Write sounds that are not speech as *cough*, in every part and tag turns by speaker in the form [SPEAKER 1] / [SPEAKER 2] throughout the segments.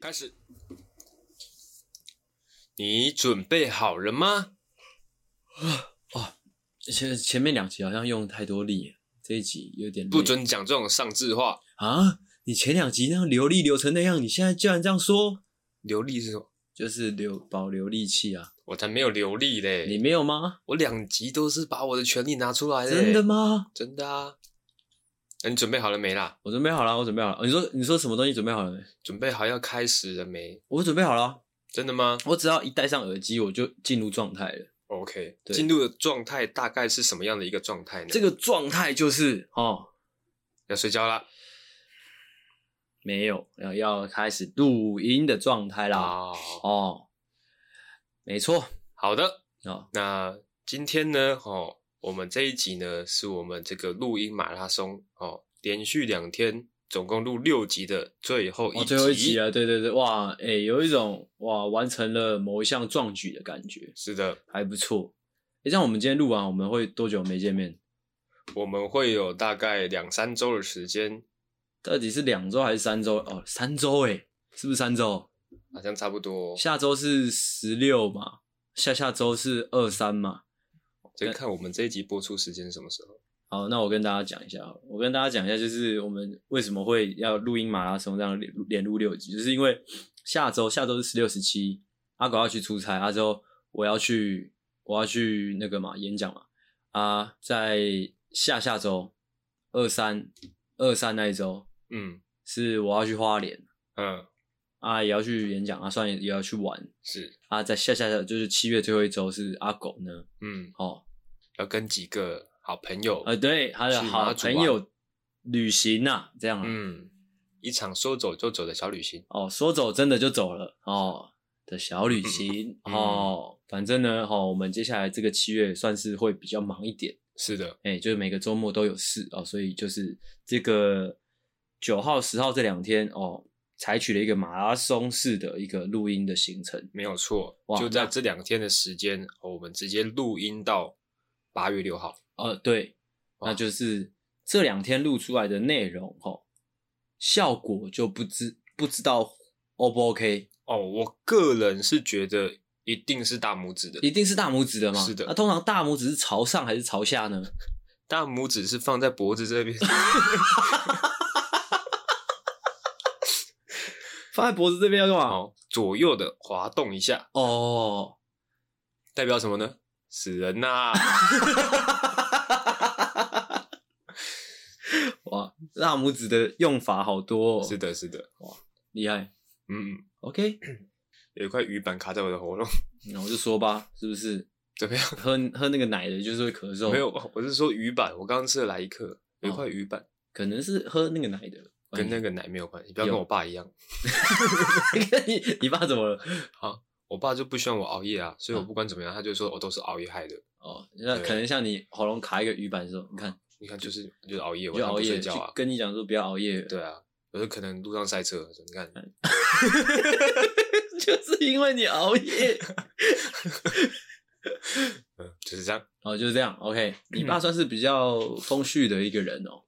[SPEAKER 1] 开始。你准备好了吗？
[SPEAKER 2] 前前面两集好像用太多力了，这一集有点累
[SPEAKER 1] 不准讲这种上智话。
[SPEAKER 2] 啊！你前两集那样流利流成那样，你现在居然这样说，
[SPEAKER 1] 流利是什么？
[SPEAKER 2] 就是流保留力气啊！
[SPEAKER 1] 我才没有流利嘞！
[SPEAKER 2] 你没有吗？
[SPEAKER 1] 我两集都是把我的权利拿出来嘞。
[SPEAKER 2] 真的？吗？
[SPEAKER 1] 真的啊！哎那你准备好了没啦？
[SPEAKER 2] 我准备好了，我准备好了。哦你说你说什么东西准备好了没？
[SPEAKER 1] 准备好要开始了没？
[SPEAKER 2] 我准备好了，
[SPEAKER 1] 真的吗
[SPEAKER 2] 我只要一戴上耳机，我就进入状态了。
[SPEAKER 1] ？OK，
[SPEAKER 2] 对
[SPEAKER 1] 进入的状态大概是什么样的一个状态呢？
[SPEAKER 2] 这个状态就是哦，
[SPEAKER 1] 要睡觉啦。
[SPEAKER 2] 没有要要开始录音的状态啦。
[SPEAKER 1] 哦，
[SPEAKER 2] 哦，没错
[SPEAKER 1] 好的。
[SPEAKER 2] 哦，
[SPEAKER 1] 那今天呢，哦，我们这一集呢，是我们这个录音马拉松哦，连续两天，总共录六集的最后一集。
[SPEAKER 2] 哦，最后一集了，对对对，哇，哎、有一种哇完成了某一项壮举的感觉，
[SPEAKER 1] 是的，
[SPEAKER 2] 还不错。哎、这样我们今天录完，我们会多久没见面？
[SPEAKER 1] 我们会有大概两三周的时间，
[SPEAKER 2] 到底是两周还是三周？哦，三周哎、是不是三周？
[SPEAKER 1] 好像差不多。
[SPEAKER 2] 下周是十六嘛，下下周是二三嘛。
[SPEAKER 1] 这看我们这一集播出时间是什么时候。
[SPEAKER 2] 好，那我跟大家讲一下好了，我跟大家讲一下，就是我们为什么会要录音马拉松这样连连录六集，就是因为下周下周是十六十七，阿狗要去出差，阿周我要去我要去那个嘛演讲嘛，啊，在下下周二三二三那一周
[SPEAKER 1] 嗯
[SPEAKER 2] 是我要去花莲
[SPEAKER 1] 嗯，
[SPEAKER 2] 啊，也要去演讲啊，算也要去玩
[SPEAKER 1] 是
[SPEAKER 2] 啊，在下下下就是七月最后一周是阿狗呢，
[SPEAKER 1] 嗯，
[SPEAKER 2] 哦，
[SPEAKER 1] 要跟几个好朋友，
[SPEAKER 2] 呃，对，他的
[SPEAKER 1] 去
[SPEAKER 2] 好
[SPEAKER 1] 马祖
[SPEAKER 2] 朋
[SPEAKER 1] 玩
[SPEAKER 2] 友旅行呐、这样啊。
[SPEAKER 1] 嗯，一场说走就走的小旅行。
[SPEAKER 2] 哦，说走真的就走了哦的小旅行、
[SPEAKER 1] 嗯
[SPEAKER 2] 哦，反正呢，哦，我们接下来这个七月算是会比较忙一点，
[SPEAKER 1] 是的，
[SPEAKER 2] 哎、就是每个周末都有事哦，所以就是这个九号、十号这两天哦，采取了一个马拉松式的一个录音的行程，
[SPEAKER 1] 没有错
[SPEAKER 2] 哇。
[SPEAKER 1] 就在
[SPEAKER 2] 那
[SPEAKER 1] 这两天的时间，哦我们直接录音到八月六号。
[SPEAKER 2] 呃，对，
[SPEAKER 1] 哇
[SPEAKER 2] 那就是这两天录出来的内容哦，效果就不知不知道 O 不 OK，
[SPEAKER 1] 哦，我个人是觉得一定是大拇指的，
[SPEAKER 2] 一定是大拇指的嘛？
[SPEAKER 1] 是的
[SPEAKER 2] 那、通常大拇指是朝上还是朝下呢？
[SPEAKER 1] 大拇指是放在脖子
[SPEAKER 2] *laughs*
[SPEAKER 1] 这边，
[SPEAKER 2] 放在脖子这边要干嘛？
[SPEAKER 1] 哦，左右的滑动一下，
[SPEAKER 2] 哦，
[SPEAKER 1] 代表什么呢？死人呐、
[SPEAKER 2] 哇，大拇指的用法好多、哦，
[SPEAKER 1] 是的，是的，
[SPEAKER 2] 厉害。
[SPEAKER 1] 嗯，嗯，
[SPEAKER 2] OK，
[SPEAKER 1] 有一块鱼板卡在我的喉咙， *laughs*
[SPEAKER 2] 那我就说吧，是不是
[SPEAKER 1] 怎么样？
[SPEAKER 2] 喝喝那个奶的就是会咳嗽？
[SPEAKER 1] 没，有，我是说鱼板，我刚刚吃了来一克，
[SPEAKER 2] 哦
[SPEAKER 1] 有一块鱼板、
[SPEAKER 2] 可能是喝那个奶的关
[SPEAKER 1] 跟
[SPEAKER 2] 系。
[SPEAKER 1] 那个奶没有关系，不要跟
[SPEAKER 2] 哎有
[SPEAKER 1] 我爸一样，
[SPEAKER 2] 跟你 *laughs* 你爸怎么了？
[SPEAKER 1] 我爸就不希望我熬夜啊，所以我
[SPEAKER 2] 嗯
[SPEAKER 1] 不管怎么样，他就说我、哦都是熬夜害的。
[SPEAKER 2] 哦，那
[SPEAKER 1] 对
[SPEAKER 2] 可能像你喉咙卡一个鱼板的时候，你看
[SPEAKER 1] 你看，就是就是熬夜，
[SPEAKER 2] 你
[SPEAKER 1] 晚
[SPEAKER 2] 就
[SPEAKER 1] 上
[SPEAKER 2] 熬
[SPEAKER 1] 不
[SPEAKER 2] 夜，
[SPEAKER 1] 睡觉
[SPEAKER 2] 就
[SPEAKER 1] 啊，
[SPEAKER 2] 跟你讲说不要熬夜，
[SPEAKER 1] 对啊，有时候可能路上塞车，你看，
[SPEAKER 2] *laughs* 哎就是因为你熬夜。
[SPEAKER 1] 嗯，就是这样，
[SPEAKER 2] 哦，就是这样。OK，你
[SPEAKER 1] *clears throat*
[SPEAKER 2] 爸算是比较风趣的一个人哦，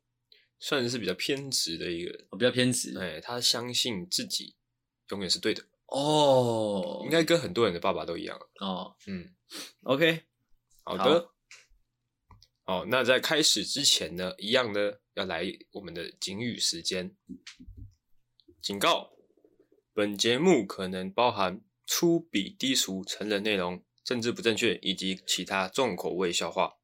[SPEAKER 1] 算是比较偏执的一个人。
[SPEAKER 2] 哦比较偏执。
[SPEAKER 1] 哎，他相信自己永远是对的，
[SPEAKER 2] 哦
[SPEAKER 1] 应，该跟很多人的爸爸都一样啊。
[SPEAKER 2] 哦
[SPEAKER 1] 嗯，
[SPEAKER 2] ，OK，
[SPEAKER 1] 好的。哦，那在开始之前呢，一样呢要来我们的警语时间。警告：本节目可能包含粗鄙低俗、成人内容、政治不正确以及其他重口味笑话，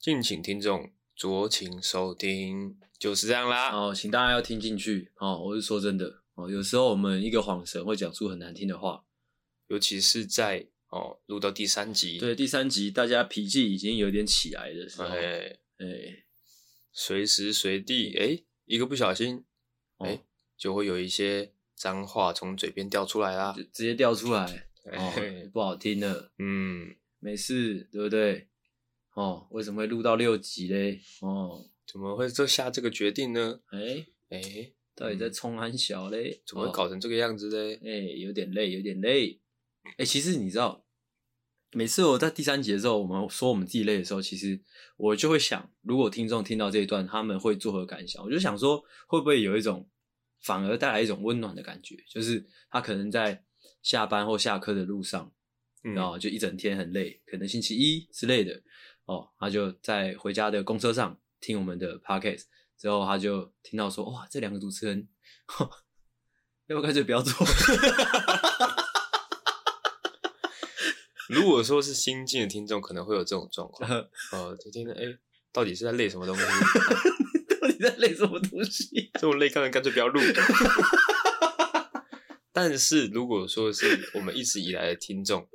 [SPEAKER 1] 敬请听众酌情收听。就是这样啦。
[SPEAKER 2] 哦，请大家要听进去哦。我是说真的哦，有时候我们一个晃神会讲出很难听的话。
[SPEAKER 1] 尤其是在哦录到第三集，
[SPEAKER 2] 对，第三集大家脾气已经有点起来的时候，哎、
[SPEAKER 1] 哎，随时随地，哎、一个不小心，
[SPEAKER 2] 哦
[SPEAKER 1] 哎、就会有一些脏话从嘴边掉出来啦
[SPEAKER 2] 就。直接掉出来哦
[SPEAKER 1] 哎，
[SPEAKER 2] 不好听了，
[SPEAKER 1] 嗯，
[SPEAKER 2] 没事，对不对？哦，为什么会录到六集嘞？哦，
[SPEAKER 1] 怎么会做下这个决定呢？
[SPEAKER 2] 哎、
[SPEAKER 1] 哎、
[SPEAKER 2] 到底在
[SPEAKER 1] 嗯
[SPEAKER 2] 冲安小嘞？
[SPEAKER 1] 怎么会
[SPEAKER 2] 哦
[SPEAKER 1] 搞成这个样子嘞？
[SPEAKER 2] 哎、有点累，有点累。哎、其实你知道，每次我在第三集的时候，我们说我们自己累的时候，其实我就会想，如果听众听到这一段，他们会作何感想？我就想说，会不会有一种反而带来一种温暖的感觉，就是他可能在下班或下课的路上，
[SPEAKER 1] 嗯
[SPEAKER 2] 然后就一整天很累，可能星期一之类的，哦，他就在回家的公车上听我们的 podcast，之后他就听到说，哇，这两个主持人， *laughs* 要不要干脆不要做？
[SPEAKER 1] 如果说是新进的听众，可能会有这种状
[SPEAKER 2] *laughs*
[SPEAKER 1] 况。
[SPEAKER 2] 到
[SPEAKER 1] 呃，就听着，哎、到底是在累什么东西？ *laughs*
[SPEAKER 2] 底在累什么东西？啊
[SPEAKER 1] 这么累，干脆干脆不要录。 *laughs* 但是如果说是我们一直以来的听众，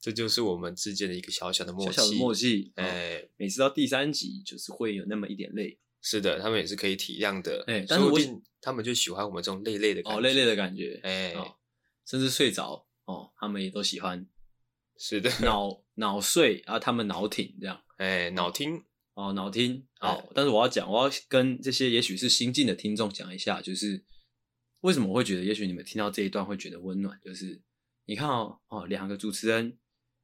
[SPEAKER 1] 这就是我们之间的一个小小的 *laughs* 默
[SPEAKER 2] 小
[SPEAKER 1] 契。
[SPEAKER 2] 小的默契，
[SPEAKER 1] 哎、
[SPEAKER 2] 哎，每次到第三集就是会有那么一点累，
[SPEAKER 1] 是的，他们也是可以体谅的。
[SPEAKER 2] 哎但是
[SPEAKER 1] 说不
[SPEAKER 2] 我
[SPEAKER 1] 定他们就喜欢我们这种累累的感觉。
[SPEAKER 2] 哦，累累。的感觉，
[SPEAKER 1] 哎、
[SPEAKER 2] 哦，甚至睡着，哦，他们也都喜
[SPEAKER 1] *laughs*
[SPEAKER 2] 欢。
[SPEAKER 1] 是的，
[SPEAKER 2] 脑脑睡啊，他们脑挺这样
[SPEAKER 1] 哎、脑听，
[SPEAKER 2] 哦，脑听
[SPEAKER 1] 哎
[SPEAKER 2] 哦。但是我要讲，我要跟这些也许是新进的听众讲一下，就是为什么我会觉得，也许你们听到这一段会觉得温暖，就是你看哦哦，两个主持人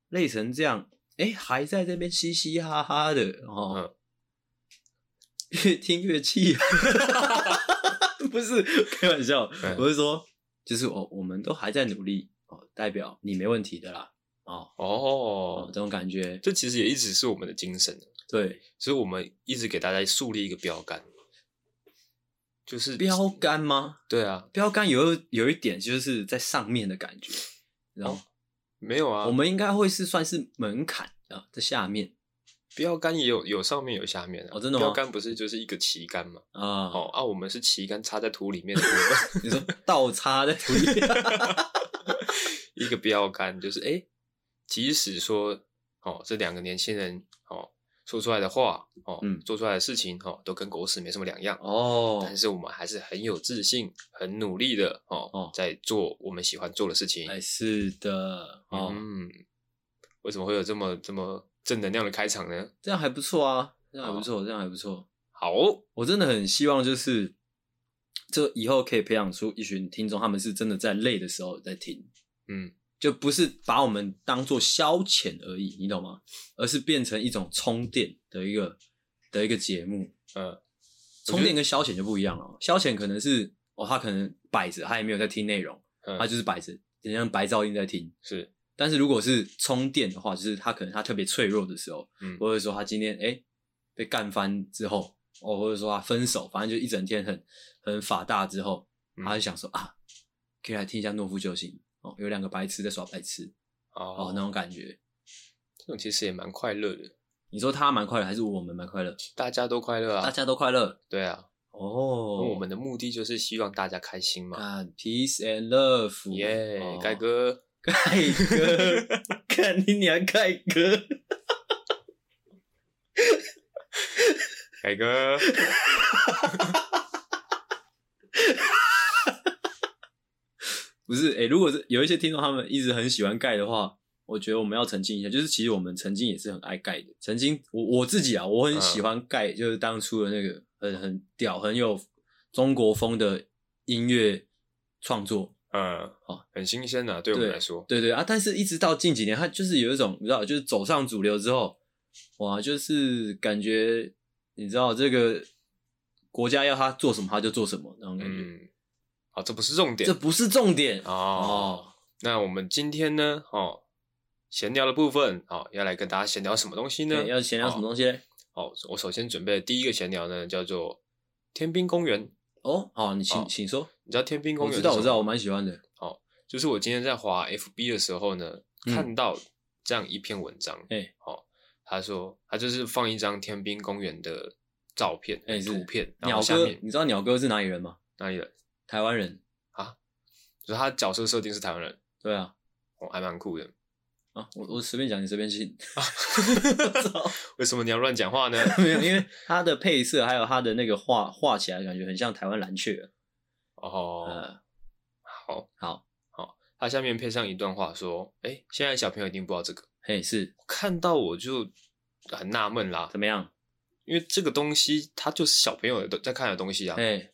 [SPEAKER 2] 累成这样，哎，还在这边嘻嘻哈哈的哦， *laughs* 越听越气，不是开玩笑
[SPEAKER 1] 哎，
[SPEAKER 2] 我是说，就是我我们都还在努力哦，代表你没问题的啦哦哦，
[SPEAKER 1] 哦，
[SPEAKER 2] 这种感觉。
[SPEAKER 1] 这其实也一直是我们的精神，
[SPEAKER 2] 对，
[SPEAKER 1] 所以我们一直给大家树立一个标杆，就是
[SPEAKER 2] 标杆吗？
[SPEAKER 1] 对啊，
[SPEAKER 2] 标杆有有一点就是在上面的感觉，然后、
[SPEAKER 1] 没有啊，
[SPEAKER 2] 我们应该会是算是门槛啊，在下面
[SPEAKER 1] 标杆也有有上面有下面啊，
[SPEAKER 2] 哦真的吗
[SPEAKER 1] 标杆不是就是一个旗杆嘛？
[SPEAKER 2] 啊。
[SPEAKER 1] 哦啊，我们是旗杆插在土里面的部分
[SPEAKER 2] 你说倒插在土
[SPEAKER 1] *laughs*
[SPEAKER 2] 里，
[SPEAKER 1] 一个标杆，就是哎、诶即使说哦，这两个年轻人哦说出来的话哦，
[SPEAKER 2] 嗯
[SPEAKER 1] 做出来的事情哦，都跟狗屎没什么两样。
[SPEAKER 2] 哦
[SPEAKER 1] 但是我们还是很有自信、很努力的哦，
[SPEAKER 2] 哦
[SPEAKER 1] 在做我们喜欢做的事情。
[SPEAKER 2] 哎，是的，哦，
[SPEAKER 1] 嗯，为什么会有这么这么正能量的开场呢？
[SPEAKER 2] 这样还不错啊，这样还
[SPEAKER 1] 哦
[SPEAKER 2] 不错，这样还不错。
[SPEAKER 1] 好，
[SPEAKER 2] 我真的很希望就是，这以后可以培养出一群听众，他们是真的在累的时候在听，
[SPEAKER 1] 嗯，
[SPEAKER 2] 就不是把我们当做消遣而已，你懂吗？而是变成一种充电的一个的一个节目。
[SPEAKER 1] 呃，
[SPEAKER 2] 充电跟消遣就不一样了哦。消遣可能是哦，他可能摆着，他也没有在听内容，
[SPEAKER 1] 嗯
[SPEAKER 2] 他就是摆着，人像白噪音在听。
[SPEAKER 1] 是
[SPEAKER 2] 但是如果是充电的话，就是他可能他特别脆弱的时候，
[SPEAKER 1] 嗯
[SPEAKER 2] 或者说他今天哎、诶被干翻之后，哦，或者说他分手，反正就一整天很很法大之后，
[SPEAKER 1] 嗯
[SPEAKER 2] 他就想说啊，可以来听一下《懦夫救星》哦，有两个白痴在耍白痴哦
[SPEAKER 1] 哦，
[SPEAKER 2] 那种感觉。
[SPEAKER 1] 这种其实也蛮快乐的，
[SPEAKER 2] 你说他蛮快乐，还是我们蛮快乐？
[SPEAKER 1] 大家都快乐
[SPEAKER 2] 大
[SPEAKER 1] 啊，
[SPEAKER 2] 家都快乐
[SPEAKER 1] 对啊，
[SPEAKER 2] 哦。
[SPEAKER 1] 我们的目的就是希望大家开心嘛。
[SPEAKER 2] 看 peace and love，
[SPEAKER 1] 耶
[SPEAKER 2] 哦，
[SPEAKER 1] 盖哥，*laughs*
[SPEAKER 2] 盖哥，看你娘盖哥，
[SPEAKER 1] 盖
[SPEAKER 2] *laughs*
[SPEAKER 1] 哥，
[SPEAKER 2] 不是哎、诶如果是有一些听众他们一直很喜欢盖的话，我觉得我们要澄清一下，就是其实我们曾经也是很爱盖的，曾经我我自己啊，我很
[SPEAKER 1] 嗯
[SPEAKER 2] 喜欢盖，就是当初的那个很很屌、很有中国风的音乐创作，
[SPEAKER 1] 嗯，
[SPEAKER 2] 好，
[SPEAKER 1] 很新鲜呐，对我们来说，
[SPEAKER 2] 对对啊，但是一直到近几年，他就是有一种你知道，就是走上主流之后，哇，就是感觉你知道这个国家要他做什么他就做什么那种感觉，
[SPEAKER 1] 嗯，好，这不是重点
[SPEAKER 2] 这不是重点
[SPEAKER 1] 哦。
[SPEAKER 2] 哦，
[SPEAKER 1] 那我们今天呢，哦，闲聊的部分，哦，要来跟大家闲聊什么东西呢
[SPEAKER 2] 对？要闲聊什么东西嘞？
[SPEAKER 1] 哦，我首先准备的第一个闲聊呢，叫做天兵公园。
[SPEAKER 2] 哦，好，你
[SPEAKER 1] 哦
[SPEAKER 2] 请请说，
[SPEAKER 1] 你知道天兵公
[SPEAKER 2] 我
[SPEAKER 1] 园？
[SPEAKER 2] 知道我知道，我蛮喜欢的，
[SPEAKER 1] 就是我今天在滑 FB 的时候呢，
[SPEAKER 2] 嗯
[SPEAKER 1] 看到这样一篇文章，
[SPEAKER 2] 哎
[SPEAKER 1] 哦，他说他就是放一张天兵公园的照片、
[SPEAKER 2] 哎是
[SPEAKER 1] 图片，然
[SPEAKER 2] 鸟
[SPEAKER 1] 后下
[SPEAKER 2] 哥
[SPEAKER 1] 面，
[SPEAKER 2] 你知道鸟哥是哪里人吗？
[SPEAKER 1] 哪里人？
[SPEAKER 2] 台湾人，
[SPEAKER 1] 就是他角色设定是台湾人，
[SPEAKER 2] 对啊，
[SPEAKER 1] 哦，还蛮酷的。
[SPEAKER 2] 啊，我我随便讲，你随便信，
[SPEAKER 1] *laughs* 为什么你要乱讲话呢？
[SPEAKER 2] *laughs* 没有，因为他的配色还有他的那个画画起来，感觉很像台湾蓝雀，
[SPEAKER 1] 哦，
[SPEAKER 2] 呃，
[SPEAKER 1] 好，
[SPEAKER 2] 好，
[SPEAKER 1] 好，他下面配上一段话说：“哎，现在小朋友一定不知道这个。
[SPEAKER 2] 嘿，是”
[SPEAKER 1] 看到我就很纳闷啦，
[SPEAKER 2] 怎么样？
[SPEAKER 1] 因为这个东西它就是小朋友的在看的东西啊。
[SPEAKER 2] 哎，
[SPEAKER 1] 因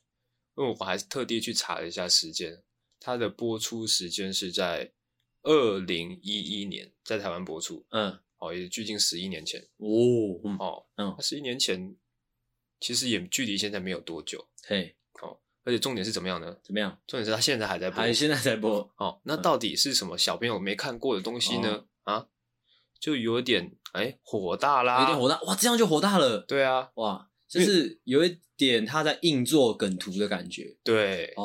[SPEAKER 1] 为我还是特地去查了一下时间，它的播出时间是在二零一一年在台湾播出，
[SPEAKER 2] 嗯，
[SPEAKER 1] 哦，也距近十一年前
[SPEAKER 2] 哦，嗯，
[SPEAKER 1] 哦。
[SPEAKER 2] 嗯
[SPEAKER 1] 那十一年前其实也距离现在没有多久，
[SPEAKER 2] 嘿，
[SPEAKER 1] 而且重点是怎么样呢？
[SPEAKER 2] 怎么样？
[SPEAKER 1] 重点是他现在还在播
[SPEAKER 2] 还现在在播，
[SPEAKER 1] 哦。那到底是什么小朋友没看过的东西呢？
[SPEAKER 2] 哦
[SPEAKER 1] 啊，就有点哎火大啦，
[SPEAKER 2] 有点火大，哇，这样就火大了，
[SPEAKER 1] 对啊，
[SPEAKER 2] 哇，就是有一点他在硬做梗图的感觉，
[SPEAKER 1] 对
[SPEAKER 2] 哦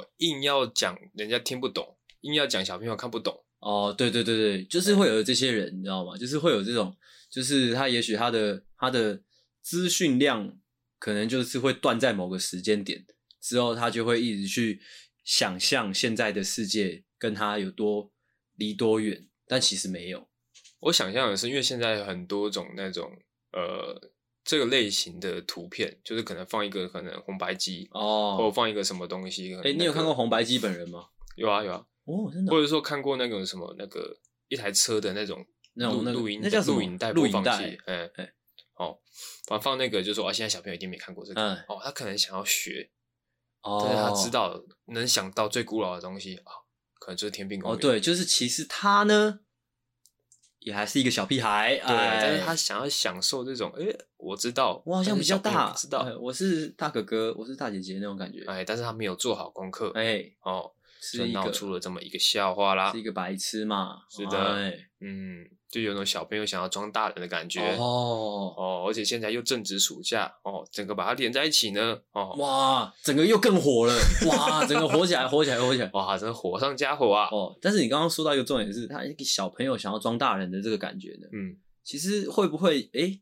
[SPEAKER 1] 哦，硬要讲人家听不懂，硬要讲小朋友看不懂，
[SPEAKER 2] 哦，对对对对，就是会有这些人，你知道吗？就是会有这种，就是他也许他的他的资讯量可能就是会断在某个时间点之后，他就会一直去想象现在的世界跟他有多离多远，但其实没有。
[SPEAKER 1] 我想象的是，因为现在有很多种那种呃这个类型的图片，就是可能放一个可能红白机，或者
[SPEAKER 2] 哦，
[SPEAKER 1] 放一个什么东西。可能
[SPEAKER 2] 哎、你
[SPEAKER 1] 那
[SPEAKER 2] 有
[SPEAKER 1] 个
[SPEAKER 2] 看过？红白机本人
[SPEAKER 1] *laughs*
[SPEAKER 2] 吗？
[SPEAKER 1] 有啊有啊，
[SPEAKER 2] 哦，真的哦、
[SPEAKER 1] 或者说看过那种什么那个一台车的那种
[SPEAKER 2] 那种
[SPEAKER 1] 录
[SPEAKER 2] 那个
[SPEAKER 1] 录音
[SPEAKER 2] 那叫什么
[SPEAKER 1] 录影带
[SPEAKER 2] 录
[SPEAKER 1] 播
[SPEAKER 2] 影
[SPEAKER 1] 放
[SPEAKER 2] 带
[SPEAKER 1] 器，嗯
[SPEAKER 2] 哎
[SPEAKER 1] 哦，反正放那个就说啊，现在小朋友一定没看过这个，
[SPEAKER 2] 嗯
[SPEAKER 1] 哦，他可能想要学，
[SPEAKER 2] 哦，
[SPEAKER 1] 但是他知道能想到最古老的东西啊、可能就是天兵公
[SPEAKER 2] 哦，
[SPEAKER 1] 园。
[SPEAKER 2] 对，就是其实他呢，也还是一个小屁孩，
[SPEAKER 1] 对，但
[SPEAKER 2] 哎
[SPEAKER 1] 是他想要享受这种，哎、我知道，
[SPEAKER 2] 我好像
[SPEAKER 1] 但
[SPEAKER 2] 比
[SPEAKER 1] 是
[SPEAKER 2] 较
[SPEAKER 1] 小朋友
[SPEAKER 2] 大，
[SPEAKER 1] 不知道
[SPEAKER 2] 哎，我是大哥哥，我是大姐姐那种感觉。哎，
[SPEAKER 1] 哎，但是他没有做好功课，哦，就是
[SPEAKER 2] 哎一
[SPEAKER 1] 闹
[SPEAKER 2] 个
[SPEAKER 1] 出了这么一个笑话啦
[SPEAKER 2] 是一。个白痴嘛？
[SPEAKER 1] 是的
[SPEAKER 2] 哎
[SPEAKER 1] 嗯，就有种小朋友想要装大人的感觉。
[SPEAKER 2] 哦，
[SPEAKER 1] 哦，而且现在又正值暑假哦，整个把它连在一起呢，哦，
[SPEAKER 2] 哇，整个又更火了，哇，整个火起来，火起来，火起来。
[SPEAKER 1] 哇，真的火上加火啊！
[SPEAKER 2] 哦，但是你刚刚说到一个重点是，他一个小朋友想要装大人的这个感觉呢，
[SPEAKER 1] 嗯，
[SPEAKER 2] 其实会不会哎、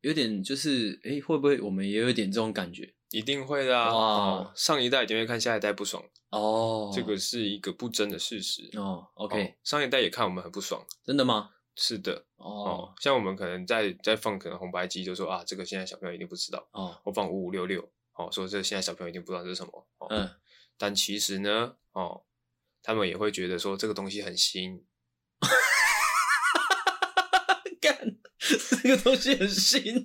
[SPEAKER 2] 有点就是哎、会不会我们也有点这种感觉？
[SPEAKER 1] 一定会的啊！
[SPEAKER 2] 哇
[SPEAKER 1] 哦，上一代一定会看下一代不爽，
[SPEAKER 2] 哦，
[SPEAKER 1] 这个是一个不争的事实。
[SPEAKER 2] 哦
[SPEAKER 1] 哦
[SPEAKER 2] ，OK，
[SPEAKER 1] 上一代也看我们很不爽，
[SPEAKER 2] 真的吗？
[SPEAKER 1] 是的，
[SPEAKER 2] 哦
[SPEAKER 1] 像我们可能在在放可能红白机，就说啊，这个现在小朋友一定不知道，
[SPEAKER 2] 哦，
[SPEAKER 1] 我放五五六六，哦，说这现在小朋友一定不知道这是什么，哦，
[SPEAKER 2] 嗯， *laughs*
[SPEAKER 1] 但其实呢，哦，他们也会觉得说这个东西很
[SPEAKER 2] *laughs*
[SPEAKER 1] 新，
[SPEAKER 2] 干，这个东西很新，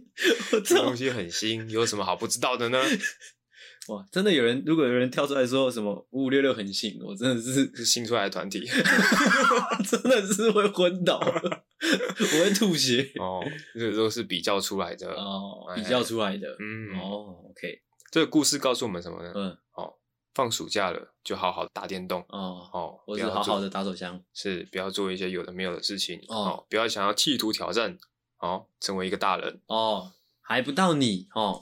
[SPEAKER 1] 这
[SPEAKER 2] 我
[SPEAKER 1] 个
[SPEAKER 2] 操
[SPEAKER 1] 东！西很新，有什么好不知道的呢？ *laughs*
[SPEAKER 2] 哇，真的有人，如果有人跳出来说什么五五六六很新，我真
[SPEAKER 1] *laughs*
[SPEAKER 2] 的是，
[SPEAKER 1] 是新出来的团体
[SPEAKER 2] 真的是会昏倒，我会吐
[SPEAKER 1] *laughs*
[SPEAKER 2] 血。
[SPEAKER 1] 哦，这个都是比较出来的。
[SPEAKER 2] 哦，
[SPEAKER 1] 哎
[SPEAKER 2] 比较出来的。
[SPEAKER 1] 嗯，
[SPEAKER 2] 哦，OK，
[SPEAKER 1] 这个故事告诉我们什么呢？哦
[SPEAKER 2] 嗯，
[SPEAKER 1] 放暑假了就好好打电动
[SPEAKER 2] 哦，
[SPEAKER 1] 哦，
[SPEAKER 2] 我
[SPEAKER 1] 不
[SPEAKER 2] 是
[SPEAKER 1] 要
[SPEAKER 2] 好
[SPEAKER 1] 做
[SPEAKER 2] 好的打手枪。
[SPEAKER 1] 是不要做一些有的没有的事情
[SPEAKER 2] 哦
[SPEAKER 1] 哦，不要想要企图挑战哦，成为一个大人，
[SPEAKER 2] 哦，还不到你哦，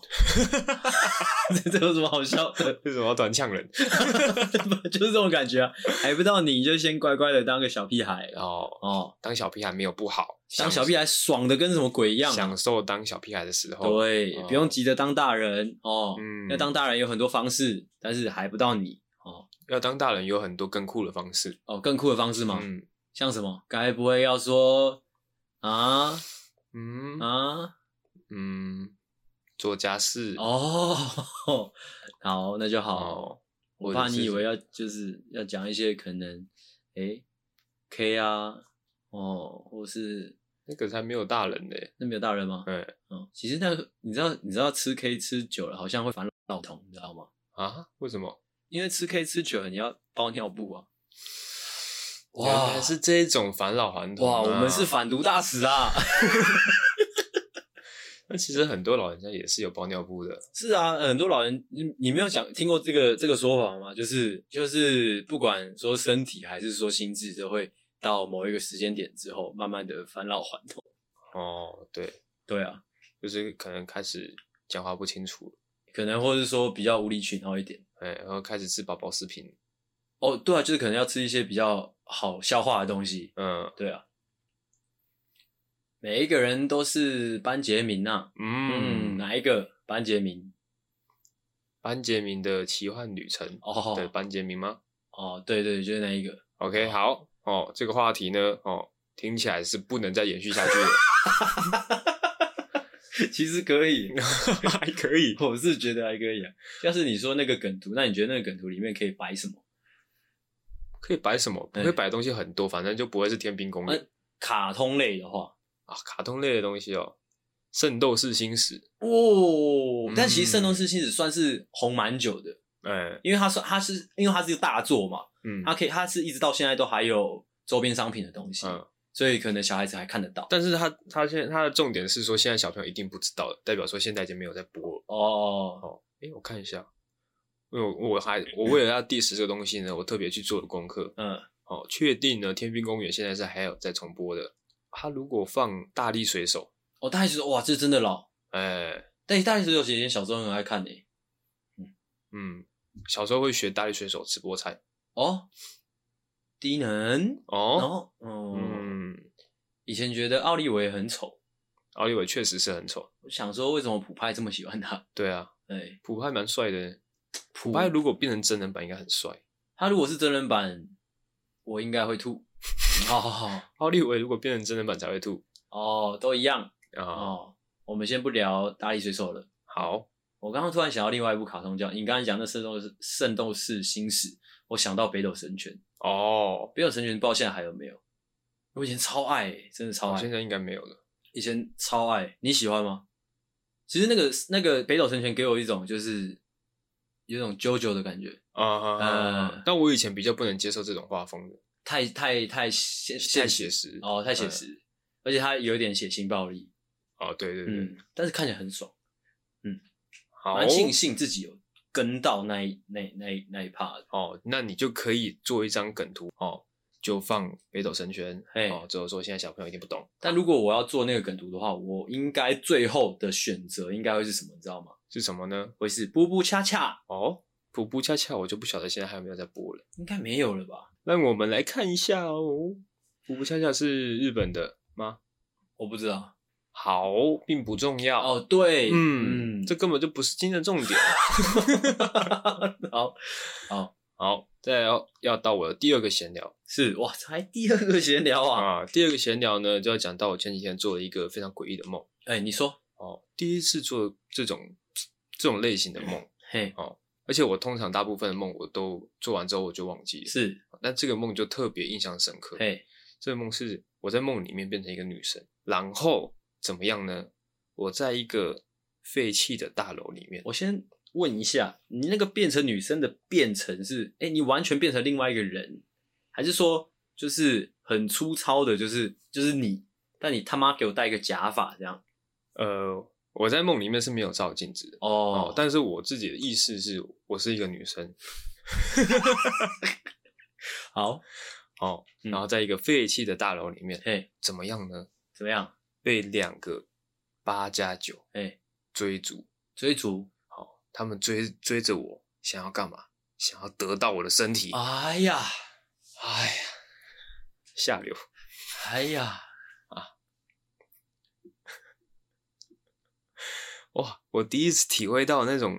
[SPEAKER 1] *laughs*
[SPEAKER 2] 这有什么好笑的？ *laughs*
[SPEAKER 1] 为什么要短呛人？
[SPEAKER 2] 就是这种感觉啊，还不到你就先乖乖的当个小屁孩
[SPEAKER 1] 然后
[SPEAKER 2] 哦，
[SPEAKER 1] 当小屁孩没有不好，享
[SPEAKER 2] 当小屁孩爽的跟什么鬼一样啊。
[SPEAKER 1] 享受当小屁孩的时候，
[SPEAKER 2] 对，
[SPEAKER 1] 哦
[SPEAKER 2] 不用急着当大人哦。
[SPEAKER 1] 嗯
[SPEAKER 2] 要当大人有很多方式，但是还不到你哦。
[SPEAKER 1] 要当大人有很多更酷的方式，
[SPEAKER 2] 哦，更酷的方式嘛，
[SPEAKER 1] 嗯
[SPEAKER 2] 像什么？该不会要说啊
[SPEAKER 1] 嗯
[SPEAKER 2] 啊
[SPEAKER 1] 嗯，做家事
[SPEAKER 2] 哦？ *laughs* 好，那就好。
[SPEAKER 1] 哦，
[SPEAKER 2] 我
[SPEAKER 1] 或者
[SPEAKER 2] 怕
[SPEAKER 1] 是
[SPEAKER 2] 你以为要就是要讲一些可能诶 K 啊哦，或是
[SPEAKER 1] 那个才没有大人呢，
[SPEAKER 2] 那没有大人吗？
[SPEAKER 1] 哎
[SPEAKER 2] 嗯，其实那个你知道你知道吃 K 吃久了好像会烦老童，你知道吗？
[SPEAKER 1] 啊，为什么？
[SPEAKER 2] 因为吃 K 吃久了你要包尿布啊。
[SPEAKER 1] 原来是这种返老还童、啊
[SPEAKER 2] 哇，我们是，反毒大使啊！
[SPEAKER 1] 那其实很多老人家也是有包尿布的，
[SPEAKER 2] 是啊，很多老人，你你没有讲听过这个这个说法吗？就是就是，不管说身体还是说心智，都会到某一个时间点之后，慢慢的返老还童。
[SPEAKER 1] 哦，对，
[SPEAKER 2] 对啊，
[SPEAKER 1] 就是可能开始讲话不清楚了，
[SPEAKER 2] 可能或是说比较无理取闹一点。
[SPEAKER 1] 哎，然后开始吃宝宝食品，
[SPEAKER 2] 哦，对啊，就是可能要吃一些比较好消化的东西。
[SPEAKER 1] 嗯
[SPEAKER 2] 对啊，每一个人都是班杰明呐、嗯，
[SPEAKER 1] 嗯，
[SPEAKER 2] 哪一个班杰明？
[SPEAKER 1] 班杰明的奇幻旅程，
[SPEAKER 2] 哦，
[SPEAKER 1] 对，班杰明吗
[SPEAKER 2] 哦，对对，就是那一
[SPEAKER 1] *laughs*
[SPEAKER 2] 个。
[SPEAKER 1] ？OK，好，哦，这个话题呢，哦，听起来是不能再延续下去了，
[SPEAKER 2] *laughs* 其实
[SPEAKER 1] *laughs*
[SPEAKER 2] 可以，
[SPEAKER 1] 还可以，
[SPEAKER 2] 我是觉得还可以啊。要是你说那个梗图，那你觉得那个梗图里面可以摆什么？
[SPEAKER 1] *laughs* 可以摆什么？不
[SPEAKER 2] 哎
[SPEAKER 1] 会摆的东西很多，反正就不会是天兵公园、
[SPEAKER 2] 哎卡通类的话，
[SPEAKER 1] 啊，卡通类的东西哦，《圣斗士星矢》，
[SPEAKER 2] 哦
[SPEAKER 1] 嗯
[SPEAKER 2] 但其实《圣斗士星矢》算是红蛮久的，
[SPEAKER 1] 哎，
[SPEAKER 2] 因为它算它是因为它是一个大作嘛，
[SPEAKER 1] 嗯，
[SPEAKER 2] 它可以它是一直到现在都还有周边商品的东西，
[SPEAKER 1] 嗯。
[SPEAKER 2] 所以可能小孩子还看得到。
[SPEAKER 1] 但是他他现在他的重点是说，现在小朋友一定不知道了，代表说现在已经没有在播了。
[SPEAKER 2] 哦，
[SPEAKER 1] 诶，我看一下，因为我我还我为了要 diss 这个东西呢，我特别去做了功课。
[SPEAKER 2] 嗯，
[SPEAKER 1] 哦，确定呢，天兵公园现在是还有在重播的。他如果放大力水手，
[SPEAKER 2] 哦，大力水手哇，这真的老，
[SPEAKER 1] 哎，
[SPEAKER 2] 但大力水手姐姐小时候很爱看诶、
[SPEAKER 1] 嗯，小时候会学大力水手吃菠菜。
[SPEAKER 2] 哦，低能，然
[SPEAKER 1] 哦，
[SPEAKER 2] 后嗯，
[SPEAKER 1] 嗯，
[SPEAKER 2] 以前觉得奥利维很丑，
[SPEAKER 1] 奥利维确实是很丑。
[SPEAKER 2] 我想说为什么普派这么喜欢他？哎
[SPEAKER 1] 对啊，
[SPEAKER 2] 对，
[SPEAKER 1] 普派蛮帅的。
[SPEAKER 2] 普
[SPEAKER 1] 普派如果变成真人版，应该很帅。
[SPEAKER 2] 他如果是真人版，我应该会
[SPEAKER 1] *laughs*
[SPEAKER 2] 吐。哦
[SPEAKER 1] 奥利维如果变成真人版才会吐
[SPEAKER 2] 哦，都一样
[SPEAKER 1] 啊。
[SPEAKER 2] 哦。我们先不聊大力水手了。
[SPEAKER 1] 好，
[SPEAKER 2] 我刚刚突然想到另外一部卡通叫，你刚才讲那《圣斗士圣斗士星矢》，我想到《北斗神拳》。
[SPEAKER 1] 哦，
[SPEAKER 2] 北斗神拳不知道现在还有没有？我以前超爱、欸，真的超
[SPEAKER 1] 我
[SPEAKER 2] 爱。
[SPEAKER 1] 哦现在应该没有了。
[SPEAKER 2] 以前超爱，你喜欢吗？其实那个那个北斗神拳给我一种就是有一种 JoJo 的感觉，
[SPEAKER 1] 啊
[SPEAKER 2] 呃，
[SPEAKER 1] 但我以前比较不能接受这种画风的，
[SPEAKER 2] 太太太现
[SPEAKER 1] 太写实。嗯
[SPEAKER 2] 哦，太写实，而且它有一点血腥暴力，
[SPEAKER 1] 哦，对对对，
[SPEAKER 2] 嗯，但是看起来很爽，
[SPEAKER 1] 好，
[SPEAKER 2] 蛮庆幸自己有跟到那一那那一那一 part 的。
[SPEAKER 1] 哦，那你就可以做一张梗图哦，就放北斗神拳，
[SPEAKER 2] 嘿
[SPEAKER 1] 哦，只有说现在小朋友一定不懂，
[SPEAKER 2] 但如果我要做那个梗图的话，我应该最后的选择应该会是什么，你知道吗？
[SPEAKER 1] 是什么呢？
[SPEAKER 2] 会是布布恰恰，
[SPEAKER 1] 哦，普布恰恰我就不晓得现在还有没有在播了。
[SPEAKER 2] 应该没有了吧？
[SPEAKER 1] 让我们来看一下哦，普布恰恰是日本的吗？
[SPEAKER 2] 我不知道。
[SPEAKER 1] 好，并不重要。
[SPEAKER 2] 哦，对，
[SPEAKER 1] 嗯，这根本就不是今天的重点。
[SPEAKER 2] *laughs* 好，
[SPEAKER 1] 好，再来要要到我的第二个闲聊。
[SPEAKER 2] 是哇，才第二个闲聊啊！
[SPEAKER 1] 啊，第二个闲聊呢，就要讲到我前几天做了一个非常诡异的梦
[SPEAKER 2] 哎、你说，
[SPEAKER 1] 哦，第一次做这种这种类型的梦，
[SPEAKER 2] 嘿，
[SPEAKER 1] 而且我通常大部分的梦我都做完之后我就忘记了，
[SPEAKER 2] 是，
[SPEAKER 1] 但这个梦就特别印象深刻。
[SPEAKER 2] 嘿，
[SPEAKER 1] 这个梦是我在梦里面变成一个女生，然后怎么样呢？我在一个废弃的大楼里面，
[SPEAKER 2] 我先问一下，你那个变成女生的变成是，哎、你完全变成另外一个人，还是说就是很粗糙的，就是就是你，但你他妈给我戴一个假发这样？
[SPEAKER 1] 呃，我在梦里面是没有照镜子的。哦
[SPEAKER 2] 哦，，
[SPEAKER 1] 但是我自己的意识是我是一个女生
[SPEAKER 2] 好，
[SPEAKER 1] 哦，
[SPEAKER 2] 嗯
[SPEAKER 1] 然后在一个废弃的大楼里面，
[SPEAKER 2] 嘿，
[SPEAKER 1] 怎么样呢？
[SPEAKER 2] 怎么样？
[SPEAKER 1] 被两个八加九
[SPEAKER 2] 哎，
[SPEAKER 1] 追逐，
[SPEAKER 2] 追逐，
[SPEAKER 1] 他们追追着我，想要干嘛？想要得到我的身体。
[SPEAKER 2] 哎呀，
[SPEAKER 1] 哎呀，下流！
[SPEAKER 2] 哎呀，
[SPEAKER 1] 哇，我第一次体会到那种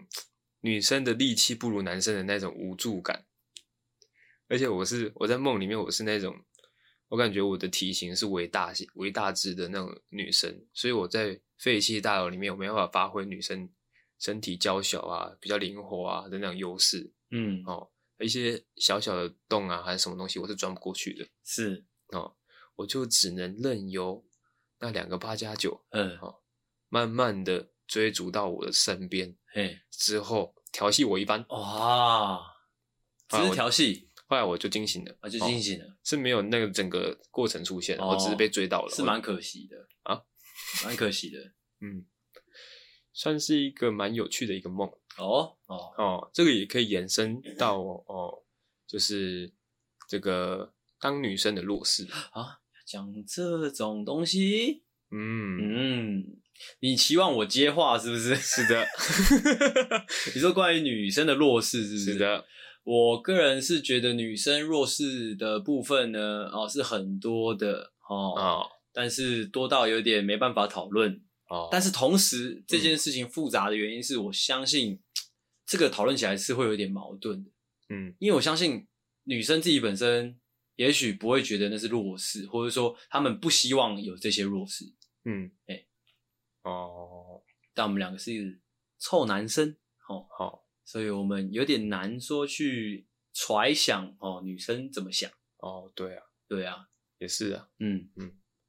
[SPEAKER 1] 女生的力气不如男生的那种无助感。而且我是我在梦里面，我是那种我感觉我的体型是为大型为大只的那种女生，所以我在废弃大楼里面，我没办法发挥女生身体娇小啊、比较灵活啊的那种优势。
[SPEAKER 2] 嗯，
[SPEAKER 1] 哦，一些小小的洞啊，还是什么东西，我是钻不过去的
[SPEAKER 2] 是，
[SPEAKER 1] 哦，我就只能任由那两个八加九
[SPEAKER 2] 嗯，
[SPEAKER 1] 慢慢的追逐到我的身边，
[SPEAKER 2] 嘿，
[SPEAKER 1] 之后调戏我一番。
[SPEAKER 2] 哇，只
[SPEAKER 1] 啊
[SPEAKER 2] 是
[SPEAKER 1] 我
[SPEAKER 2] 调戏，
[SPEAKER 1] 后来我就惊醒了，
[SPEAKER 2] 啊，就
[SPEAKER 1] 哦
[SPEAKER 2] 惊醒了。
[SPEAKER 1] 是没有那个整个过程出现，我只是
[SPEAKER 2] 哦
[SPEAKER 1] 被追到了，
[SPEAKER 2] 是
[SPEAKER 1] 我
[SPEAKER 2] 蛮可惜的
[SPEAKER 1] 啊，
[SPEAKER 2] 蛮可惜的。
[SPEAKER 1] 嗯，算是一个蛮有趣的一个梦
[SPEAKER 2] 哦哦，
[SPEAKER 1] 哦。这个也可以延伸到哦，就是这个当女生的弱势，
[SPEAKER 2] 讲这种东西，
[SPEAKER 1] 嗯，
[SPEAKER 2] 嗯，你期望我接话是不是？ *laughs*
[SPEAKER 1] 是的，
[SPEAKER 2] 你说关于女生的弱势是不是？
[SPEAKER 1] 是。的，
[SPEAKER 2] 我个人是觉得女生弱势的部分呢，哦，是很多的哦，
[SPEAKER 1] 哦
[SPEAKER 2] 但是多到有点没办法讨论。
[SPEAKER 1] 哦，
[SPEAKER 2] 但是同时，这件事情复杂的原因是我相信这个讨论起来是会有点矛盾的。
[SPEAKER 1] 嗯。
[SPEAKER 2] 因为我相信女生自己本身也许不会觉得那是弱势，或者说她们不希望有这些弱势。
[SPEAKER 1] 嗯，
[SPEAKER 2] 哎
[SPEAKER 1] 哦，
[SPEAKER 2] 但我们两个是臭男生哦，
[SPEAKER 1] 好，
[SPEAKER 2] 所以我们有点难说去揣想哦女生怎么想。
[SPEAKER 1] 哦，对啊，
[SPEAKER 2] 对啊，
[SPEAKER 1] 也是啊，
[SPEAKER 2] 嗯，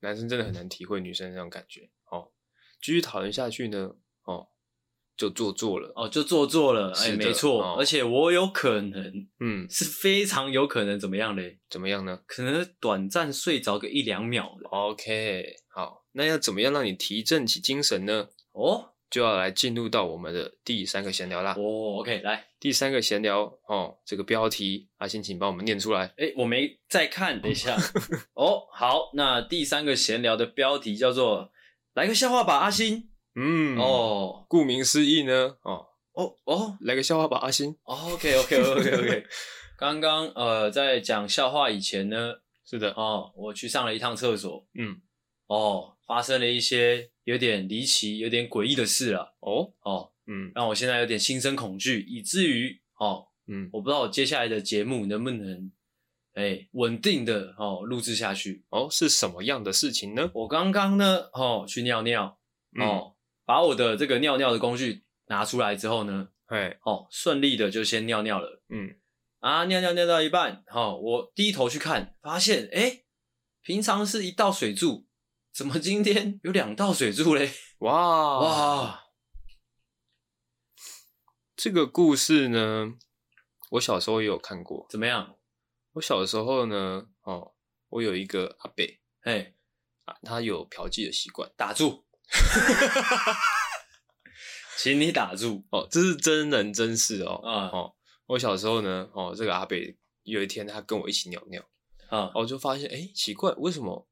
[SPEAKER 1] 男生真的很难体会女生那种感觉。哦，继续讨论下去呢，哦，就做作了。
[SPEAKER 2] 哦，就做作了，
[SPEAKER 1] 是
[SPEAKER 2] 哎，
[SPEAKER 1] 的
[SPEAKER 2] 没错，
[SPEAKER 1] 哦
[SPEAKER 2] 而且我有可能
[SPEAKER 1] 嗯，
[SPEAKER 2] 是非常有可能怎么样嘞？
[SPEAKER 1] 怎么样呢
[SPEAKER 2] 可能短暂睡着个一两秒的
[SPEAKER 1] ？OK，好，那要怎么样让你提振起精神呢？
[SPEAKER 2] 哦，
[SPEAKER 1] 就要来进入到我们的第三个闲聊啦。
[SPEAKER 2] 哦，OK，来，
[SPEAKER 1] 第三个闲聊哦，这个标题阿星，请帮我们念出来。
[SPEAKER 2] 哎，我没再看，等
[SPEAKER 1] *laughs*
[SPEAKER 2] 一下。哦，好，那第三个闲聊的标题叫做“来个笑话吧，阿星”
[SPEAKER 1] 嗯，，
[SPEAKER 2] 哦。
[SPEAKER 1] 顾名思义呢，哦，
[SPEAKER 2] 哦哦
[SPEAKER 1] 来个笑话吧，阿星。
[SPEAKER 2] ，OK OK OK OK。刚刚呃，在讲笑话以前呢，
[SPEAKER 1] 是的，
[SPEAKER 2] 哦，我去上了一趟厕所，
[SPEAKER 1] 嗯，
[SPEAKER 2] 哦，发生了一些有点离奇、有点诡异的事了，
[SPEAKER 1] 哦，
[SPEAKER 2] 哦，
[SPEAKER 1] 嗯
[SPEAKER 2] 让我现在有点心生恐惧，以至于哦，
[SPEAKER 1] 嗯，
[SPEAKER 2] 我不知道我接下来的节目能不能哎稳定的哦录制下去。
[SPEAKER 1] 哦，是什么样的事情呢？
[SPEAKER 2] 我刚刚呢哦去尿尿
[SPEAKER 1] 嗯，
[SPEAKER 2] 哦，把我的这个尿尿的工具拿出来之后呢，
[SPEAKER 1] 哎，
[SPEAKER 2] 哦顺利的就先尿尿了
[SPEAKER 1] 嗯，
[SPEAKER 2] 啊，尿尿尿到一半，哦我低头去看，发现哎平常是一道水柱，怎么今天有两道水柱嘞？
[SPEAKER 1] 哇哦
[SPEAKER 2] 哇，
[SPEAKER 1] 这个故事呢，我小时候也有看过。
[SPEAKER 2] 怎么样？
[SPEAKER 1] 我小时候呢，哦，我有一个阿伯
[SPEAKER 2] 哎，
[SPEAKER 1] 啊，他有嫖妓的习惯
[SPEAKER 2] 打 *laughs* 住，请你打住
[SPEAKER 1] 哦，这是真人真事哦。
[SPEAKER 2] 啊
[SPEAKER 1] 哦，我小时候呢，哦，这个阿伯有一天他跟我一起尿尿，
[SPEAKER 2] 啊！
[SPEAKER 1] 我就发现，哎，奇怪，为什么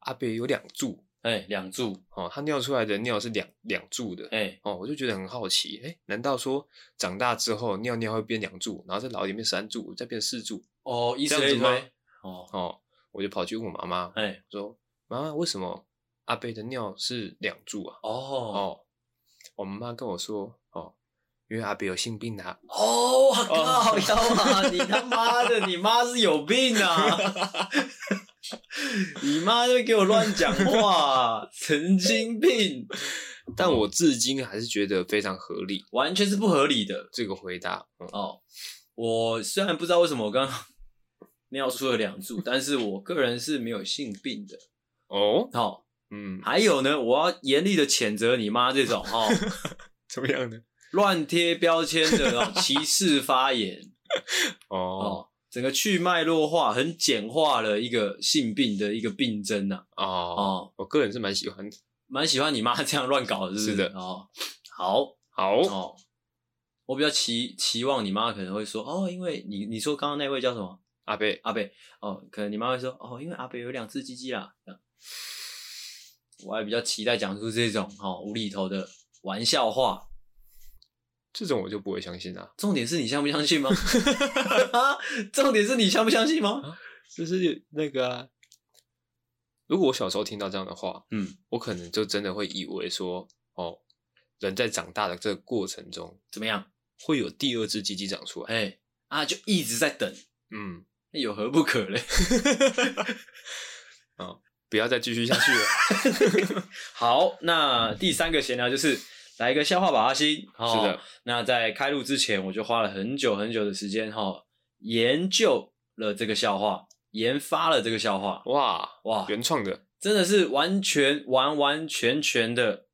[SPEAKER 1] 阿伯有两柱？
[SPEAKER 2] 哎，两柱，
[SPEAKER 1] 哦，他尿出来的尿是两两柱的。
[SPEAKER 2] 哎，
[SPEAKER 1] 哦，我就觉得很好奇，哎，难道说长大之后尿尿会变两柱，然后再老一点变三柱，再变四柱？
[SPEAKER 2] 哦，以此
[SPEAKER 1] 这样
[SPEAKER 2] 类
[SPEAKER 1] 子吗
[SPEAKER 2] 推，哦，
[SPEAKER 1] 哦，我就跑去问我妈妈，
[SPEAKER 2] 哎，
[SPEAKER 1] 我说：“妈妈，为什么阿贝的尿是两注啊？”
[SPEAKER 2] 哦，
[SPEAKER 1] 哦，我妈跟我说：“哦，因为阿贝有性病啊。
[SPEAKER 2] 哦，我靠，要啊，你他妈的，你妈是有病啊！你妈就给我乱讲话，神经病，”
[SPEAKER 1] 但我至今还是觉得非常合理
[SPEAKER 2] 完全是不合理的
[SPEAKER 1] 这个回答。嗯
[SPEAKER 2] 哦。我虽然不知道为什么我刚刚尿出了两柱，但是我个人是没有性病的。
[SPEAKER 1] 哦，
[SPEAKER 2] 好、哦，
[SPEAKER 1] 嗯，
[SPEAKER 2] 还有呢，我要严厉的谴责你妈这种哦。
[SPEAKER 1] 怎么 *laughs* 样呢？
[SPEAKER 2] 乱贴标签的那种歧视发言
[SPEAKER 1] 哦
[SPEAKER 2] 哦，整个去脉络化、很简化了一个性病的一个病症呐、
[SPEAKER 1] 哦
[SPEAKER 2] 啊。哦，
[SPEAKER 1] 我个人是蛮喜欢的。
[SPEAKER 2] 蛮喜欢你妈这样乱搞的，是不
[SPEAKER 1] 是的
[SPEAKER 2] 哦，好
[SPEAKER 1] 好，
[SPEAKER 2] 哦，我比较期期望你妈可能会说哦，因为你你说刚刚那位叫什么
[SPEAKER 1] 阿贝，
[SPEAKER 2] 阿北哦，可能你妈会说哦，因为阿北有两只鸡鸡啦。这样我还比较期待讲出这种哦无厘头的玩笑话。
[SPEAKER 1] 这种我就不会相信啦、
[SPEAKER 2] 重点是你相不相信吗？重点是你相不相信吗？
[SPEAKER 1] 就是那个啊、如果我小时候听到这样的话，
[SPEAKER 2] 嗯，
[SPEAKER 1] 我可能就真的会以为说，哦，人在长大的这个过程中
[SPEAKER 2] 怎么样？
[SPEAKER 1] 会有第二只鸡鸡长出来。
[SPEAKER 2] 哎、啊，就一直在等，
[SPEAKER 1] 嗯。
[SPEAKER 2] 那有何不可嘞？
[SPEAKER 1] 不要再继续下
[SPEAKER 2] *laughs*
[SPEAKER 1] 去了。
[SPEAKER 2] *laughs* 好，那第三个闲聊就是来一个笑话吧，阿星。哦、
[SPEAKER 1] 是的，
[SPEAKER 2] 那在开录之前，我就花了很久很久的时间哈、哦，研究了这个笑话，研发了这个笑话。
[SPEAKER 1] 哇，
[SPEAKER 2] 哇，
[SPEAKER 1] 原创的
[SPEAKER 2] 真的是完全完完全全的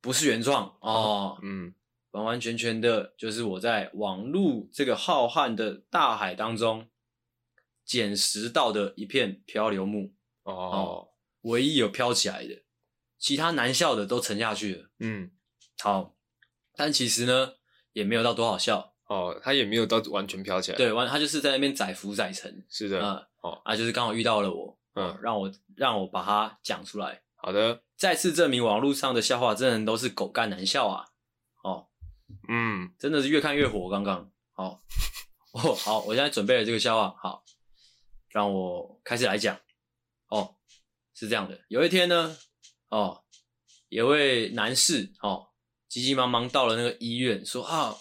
[SPEAKER 2] 不是原创哦，
[SPEAKER 1] 嗯，
[SPEAKER 2] 完完全全的，就是我在网络这个浩瀚的大海当中捡拾到的一片漂流木，
[SPEAKER 1] 哦，
[SPEAKER 2] 唯一有飘起来的，其他难笑的都沉下去了。
[SPEAKER 1] 嗯，
[SPEAKER 2] 好，但其实呢，也没有到多好笑。
[SPEAKER 1] 哦，它也没有到完全飘起来，，
[SPEAKER 2] 对，完他就是在那边载浮载沉
[SPEAKER 1] 是的，
[SPEAKER 2] 啊、
[SPEAKER 1] 哦
[SPEAKER 2] 啊，就是刚好遇到了我，
[SPEAKER 1] 嗯，
[SPEAKER 2] 让我让我把它讲出来，
[SPEAKER 1] 好的，
[SPEAKER 2] 再次证明网络上的笑话真的都是狗干难笑啊。哦，
[SPEAKER 1] 嗯，
[SPEAKER 2] 真的是越看越火。刚刚好，哦，好，我现在准备了这个笑话，好，让我开始来讲。哦，是这样的，有一天呢，哦，有位男士哦，急急忙忙到了那个医院，说啊，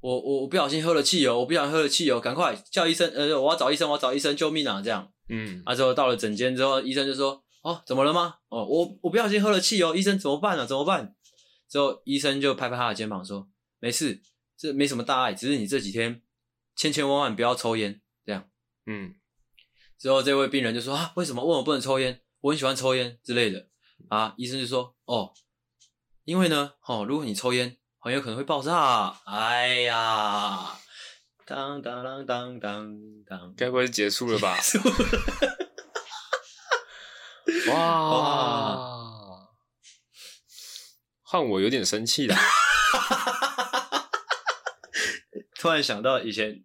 [SPEAKER 2] 我我我不小心喝了汽油，我不小心喝了汽油，赶快叫医生，呃，我要找医生，我要找医生，救命啊！这样，
[SPEAKER 1] 嗯，
[SPEAKER 2] 啊，之后到了诊间之后，医生就说：“哦，怎么了吗？哦，我我不小心喝了汽油，医生怎么办啊？怎么办？”之后医生就拍拍他的肩膀说：“没事，这没什么大碍，只是你这几天千千万万不要抽烟。”这样
[SPEAKER 1] 嗯，
[SPEAKER 2] 之后这位病人就说：“啊，为什么问我不能抽烟？我很喜欢抽烟之类的。”啊，医生就说：“哦，因为呢，哦，如果你抽烟，很有可能会爆炸啊。哎呀，当当当当当当， *laughs*
[SPEAKER 1] 该不会是结束了吧？
[SPEAKER 2] 是不
[SPEAKER 1] 哇，换我有点生气
[SPEAKER 2] *laughs*
[SPEAKER 1] 了。
[SPEAKER 2] 突然想到以前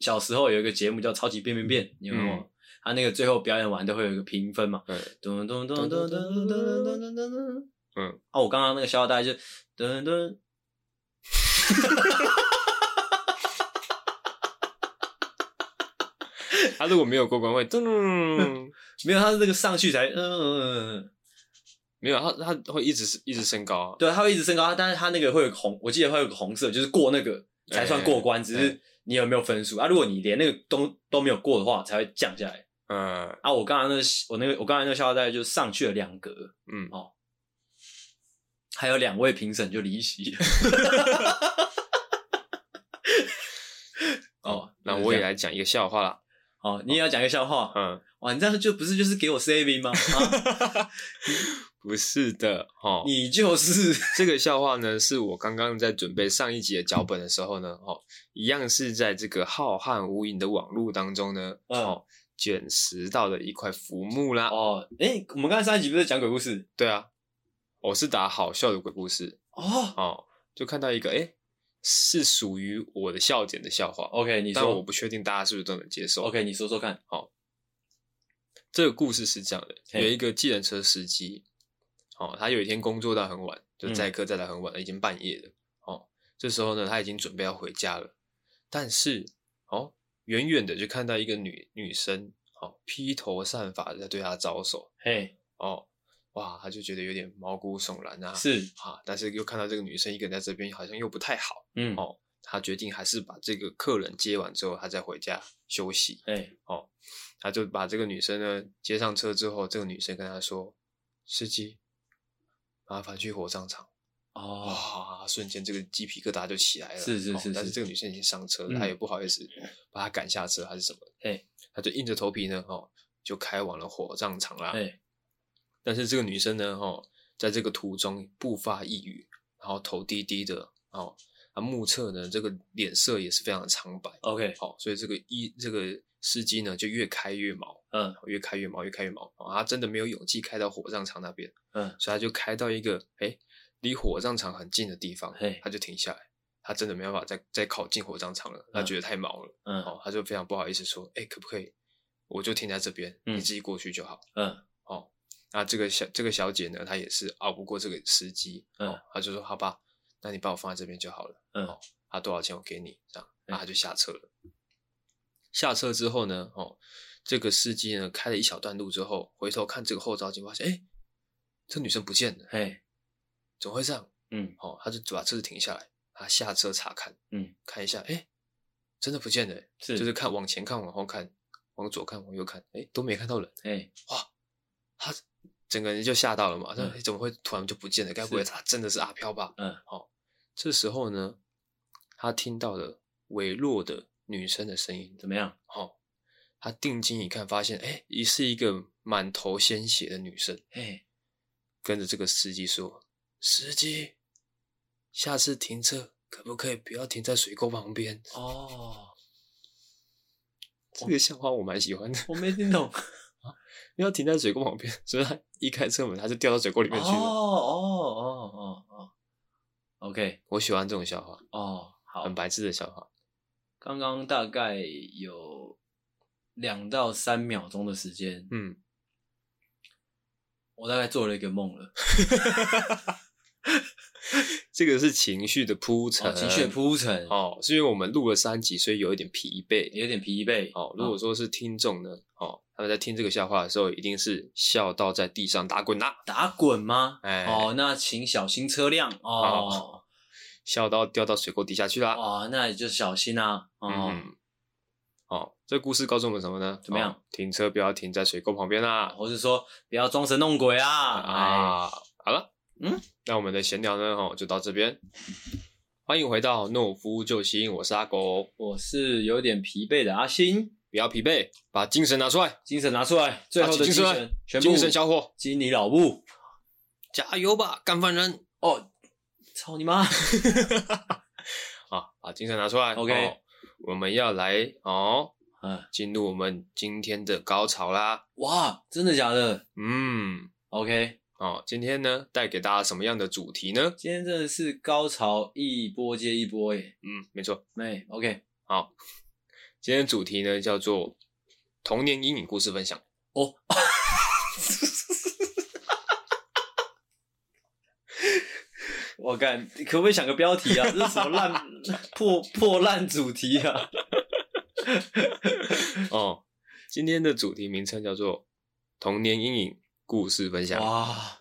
[SPEAKER 2] 小时候有一个节目叫《超级变变变》，你有没有？
[SPEAKER 1] 嗯
[SPEAKER 2] 他那个最后表演完都会有一个评分嘛，
[SPEAKER 1] 嗯
[SPEAKER 2] 噔噔噔噔噔噔噔噔噔噔。
[SPEAKER 1] 嗯，
[SPEAKER 2] 啊，我刚刚那个笑话大概就噔噔，
[SPEAKER 1] 他如果没有过关会，噔，
[SPEAKER 2] 没有，他是那个上去才嗯嗯嗯嗯，
[SPEAKER 1] 没有他他会一直一直升高啊。
[SPEAKER 2] 对，他会一直升高，但是他那个会有个红，我记得会有个红色，就是过那个才算过关，只是你有没有分数啊？如果你连那个都都没有过的话，才会降下来
[SPEAKER 1] 嗯
[SPEAKER 2] 啊。我刚刚那个我那个我刚才那个笑话大概就上去了两格，
[SPEAKER 1] 嗯，
[SPEAKER 2] 还有两位评审就离席 *laughs* 了。哦，
[SPEAKER 1] 那
[SPEAKER 2] 就是
[SPEAKER 1] 我也
[SPEAKER 2] 这样。
[SPEAKER 1] 来讲一个笑话啦。
[SPEAKER 2] 哦，你也要讲一个笑话。
[SPEAKER 1] 嗯，
[SPEAKER 2] 哇，你这样就不是就是给我 saving 吗？啊
[SPEAKER 1] 不是的，哦，
[SPEAKER 2] 你就是
[SPEAKER 1] 这个笑话呢，是我刚刚在准备上一集的脚本的时候呢，哦，一样是在这个浩瀚无垠的网络当中呢，
[SPEAKER 2] 嗯
[SPEAKER 1] 哦，捡拾到的一块浮木啦。
[SPEAKER 2] 哦，哎、我们刚才上一集不是讲鬼故事？
[SPEAKER 1] 对啊，我是打好笑的鬼故事
[SPEAKER 2] 哦
[SPEAKER 1] 哦，就看到一个哎，诶是属于我的笑点的笑话，哦
[SPEAKER 2] ，OK，你
[SPEAKER 1] 但我
[SPEAKER 2] 说
[SPEAKER 1] 不确定大家是不是都能接受。
[SPEAKER 2] ，OK，你说说看。
[SPEAKER 1] 这个故事是这样的，
[SPEAKER 2] 嘿
[SPEAKER 1] 有一个计程车司机，哦，他有一天工作到很晚，就
[SPEAKER 2] 嗯
[SPEAKER 1] 载客载到很晚了，已经半夜了。哦，这时候呢，他已经准备要回家了，但是哦，远远的就看到一个女女生，哦，披头散发的在对他招手，
[SPEAKER 2] 嘿，
[SPEAKER 1] 哦，哇，他就觉得有点毛骨悚然啊，
[SPEAKER 2] 是，
[SPEAKER 1] 啊，但是又看到这个女生一个人在这边，好像又不太好，
[SPEAKER 2] 嗯，
[SPEAKER 1] 哦他决定还是把这个客人接完之后，他再回家休息。
[SPEAKER 2] 哎，
[SPEAKER 1] 他就把这个女生呢接上车之后，这个女生跟他说：“司机，麻烦去火葬场。”
[SPEAKER 2] 哦，
[SPEAKER 1] 哇！瞬间这个鸡皮疙瘩就起来了。
[SPEAKER 2] 是是
[SPEAKER 1] 哦
[SPEAKER 2] 是
[SPEAKER 1] 但是
[SPEAKER 2] 是
[SPEAKER 1] 这个女生已经上车了，
[SPEAKER 2] 嗯
[SPEAKER 1] 她也不好意思把她赶下车还是什么的。
[SPEAKER 2] 嘿
[SPEAKER 1] 她就硬着头皮呢，哦，就开往了火葬场啦。
[SPEAKER 2] 哎，
[SPEAKER 1] 但是这个女生呢，哦，在这个途中不发一语，然后头低低的，哦，啊，目测呢，这个脸色也是非常的苍白。
[SPEAKER 2] ，OK，
[SPEAKER 1] 好、所以这个一这个司机呢，就越开越毛。
[SPEAKER 2] 嗯
[SPEAKER 1] 越开越毛，越开越毛、哦他真的没有勇气开到火葬场那边，
[SPEAKER 2] 嗯，
[SPEAKER 1] 所以他就开到一个哎离火葬场很近的地方
[SPEAKER 2] 嘿，
[SPEAKER 1] 他就停下来。他真的没办法再再靠近火葬场了，他觉得太毛了，
[SPEAKER 2] 嗯
[SPEAKER 1] 哦，他就非常不好意思说，哎、可不可以，我就停在这边，
[SPEAKER 2] 嗯
[SPEAKER 1] 你自己过去就好。
[SPEAKER 2] 嗯，
[SPEAKER 1] 哦，那这个小这个小姐呢，她也是拗不过这个司机，
[SPEAKER 2] 嗯
[SPEAKER 1] 哦，她就说好吧，那你把我放在这边就好了，
[SPEAKER 2] 嗯
[SPEAKER 1] 哦，啊多少钱我给你，这样，
[SPEAKER 2] 嗯
[SPEAKER 1] 那她就下车了。下车之后呢，哦，这个司机呢开了一小段路之后，回头看这个后照镜，发现哎、诶这女生不见了，
[SPEAKER 2] 嘿，
[SPEAKER 1] 怎么会这样？
[SPEAKER 2] 嗯，
[SPEAKER 1] 哦，他就把车子停下来，他下车查看，
[SPEAKER 2] 嗯，
[SPEAKER 1] 看一下，哎、真的不见了、
[SPEAKER 2] 是
[SPEAKER 1] 就是看往前看，往后看，往左看，往右看，哎、都没看到人。
[SPEAKER 2] 哎，
[SPEAKER 1] 他整个人就吓到了嘛，那、
[SPEAKER 2] 嗯
[SPEAKER 1] 诶怎么会突然就不见了？该不会
[SPEAKER 2] 是
[SPEAKER 1] 他真的是阿飘吧？
[SPEAKER 2] 嗯，
[SPEAKER 1] 好，这时候呢，他听到了微弱的女生的声音，
[SPEAKER 2] 怎么样？
[SPEAKER 1] 哦，他定睛一看，发现哎，诶是一个满头鲜血的女生，
[SPEAKER 2] 嘿，
[SPEAKER 1] 跟着这个司机说：“司机，下次停车可不可以不要停在水沟旁边
[SPEAKER 2] 哦，？”
[SPEAKER 1] 这个笑话我蛮喜欢的，
[SPEAKER 2] 我没听懂。
[SPEAKER 1] 因为他停在水沟旁边，所以他一开车门，他就掉到水沟里
[SPEAKER 2] 哦
[SPEAKER 1] 面去了。
[SPEAKER 2] 哦哦哦哦，OK，
[SPEAKER 1] 我喜欢这种笑话，
[SPEAKER 2] 哦，好
[SPEAKER 1] 很，白痴的笑话。
[SPEAKER 2] 刚刚大概有两到三秒钟的时间，
[SPEAKER 1] 嗯，
[SPEAKER 2] 我大概做了一个梦了，
[SPEAKER 1] 这个是情绪的铺
[SPEAKER 2] 哦
[SPEAKER 1] 陈，
[SPEAKER 2] 情绪的铺陈，
[SPEAKER 1] 哦，是因为我们录了三集，所以有一点疲惫。
[SPEAKER 2] 有点疲惫。
[SPEAKER 1] 哦，如果说是听众呢，哦，他们在听这个笑话的时候，一定是笑到在地上打滚啦、
[SPEAKER 2] 打滚吗？
[SPEAKER 1] 哎
[SPEAKER 2] 哦，那请小心车辆哦。
[SPEAKER 1] 笑到掉到水沟底下去啦。
[SPEAKER 2] 哦，那也就小心啊。哦，
[SPEAKER 1] 嗯，哦，这故事告诉我们什么呢？
[SPEAKER 2] 怎么样
[SPEAKER 1] 哦停车不要停在水沟旁边啦。
[SPEAKER 2] 或是说不要装神弄鬼啊。哎，
[SPEAKER 1] 啊，好了，
[SPEAKER 2] 嗯，
[SPEAKER 1] 那我们的闲聊呢，哦，就到这边。欢迎回到懦夫救星，我是阿狗，
[SPEAKER 2] 我是有点疲惫的阿星，
[SPEAKER 1] 不要疲惫，把精神拿出来，
[SPEAKER 2] 精神拿出来，最后
[SPEAKER 1] 啊
[SPEAKER 2] 的
[SPEAKER 1] 精神
[SPEAKER 2] 神全部
[SPEAKER 1] 精神小伙，
[SPEAKER 2] 经理老布。
[SPEAKER 1] 加油吧，干饭人！
[SPEAKER 2] 哦，操你妈！
[SPEAKER 1] 啊，把精神拿出来。
[SPEAKER 2] OK
[SPEAKER 1] 哦我们要来哦，
[SPEAKER 2] 哎，
[SPEAKER 1] 进入我们今天的高潮啦。
[SPEAKER 2] 哇，真的假的
[SPEAKER 1] 嗯，
[SPEAKER 2] ？OK，
[SPEAKER 1] 哦，今天呢带给大家什么样的主题呢？
[SPEAKER 2] 今天真的是高潮一波接一波耶！
[SPEAKER 1] 嗯，没错，
[SPEAKER 2] 哎，OK，
[SPEAKER 1] 好，今天的主题呢叫做童年阴影故事分享。
[SPEAKER 2] 哦，我干，你可不可以想个标题啊？这是什么
[SPEAKER 1] *laughs*
[SPEAKER 2] 烂破破烂主题啊？
[SPEAKER 1] 哦，今天的主题名称叫做童年阴影故事分享。
[SPEAKER 2] 哇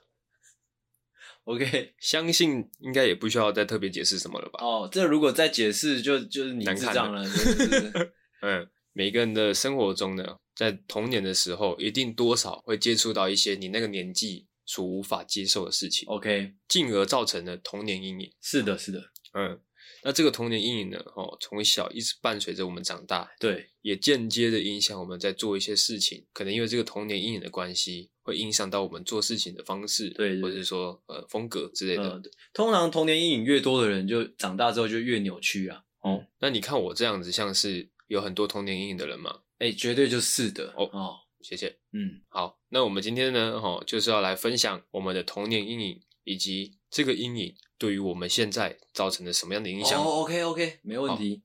[SPEAKER 2] ，OK，
[SPEAKER 1] 相信应该也不需要再特别解释什么了吧？
[SPEAKER 2] 哦，这如果再解释，就就是你
[SPEAKER 1] 难
[SPEAKER 2] 智
[SPEAKER 1] 看
[SPEAKER 2] 障了，真的是 *laughs*
[SPEAKER 1] 嗯，每个人的生活中呢，在童年的时候，一定多少会接触到一些你那个年纪所无法接受的事情，
[SPEAKER 2] OK，
[SPEAKER 1] 进而造成了童年阴影。
[SPEAKER 2] 是的，是的，
[SPEAKER 1] 嗯，那这个童年阴影呢，哦，从小一直伴随着我们长大，
[SPEAKER 2] 对，
[SPEAKER 1] 也间接的影响我们在做一些事情。可能因为这个童年阴影的关系，会影响到我们做事情的方式，
[SPEAKER 2] 对对对
[SPEAKER 1] 或者是说呃风格之类的。
[SPEAKER 2] 呃，通常童年阴影越多的人，就长大之后就越扭曲啊。哦，
[SPEAKER 1] 那你看我这样子，像是有很多童年阴影的人嘛？
[SPEAKER 2] 哎、绝对就是的。
[SPEAKER 1] 哦
[SPEAKER 2] 哦，
[SPEAKER 1] 谢谢。
[SPEAKER 2] 嗯，
[SPEAKER 1] 好，那我们今天呢，哦，就是要来分享我们的童年阴影，以及这个阴影对于我们现在造成了什么样的影响。
[SPEAKER 2] 哦，OK OK，没问题。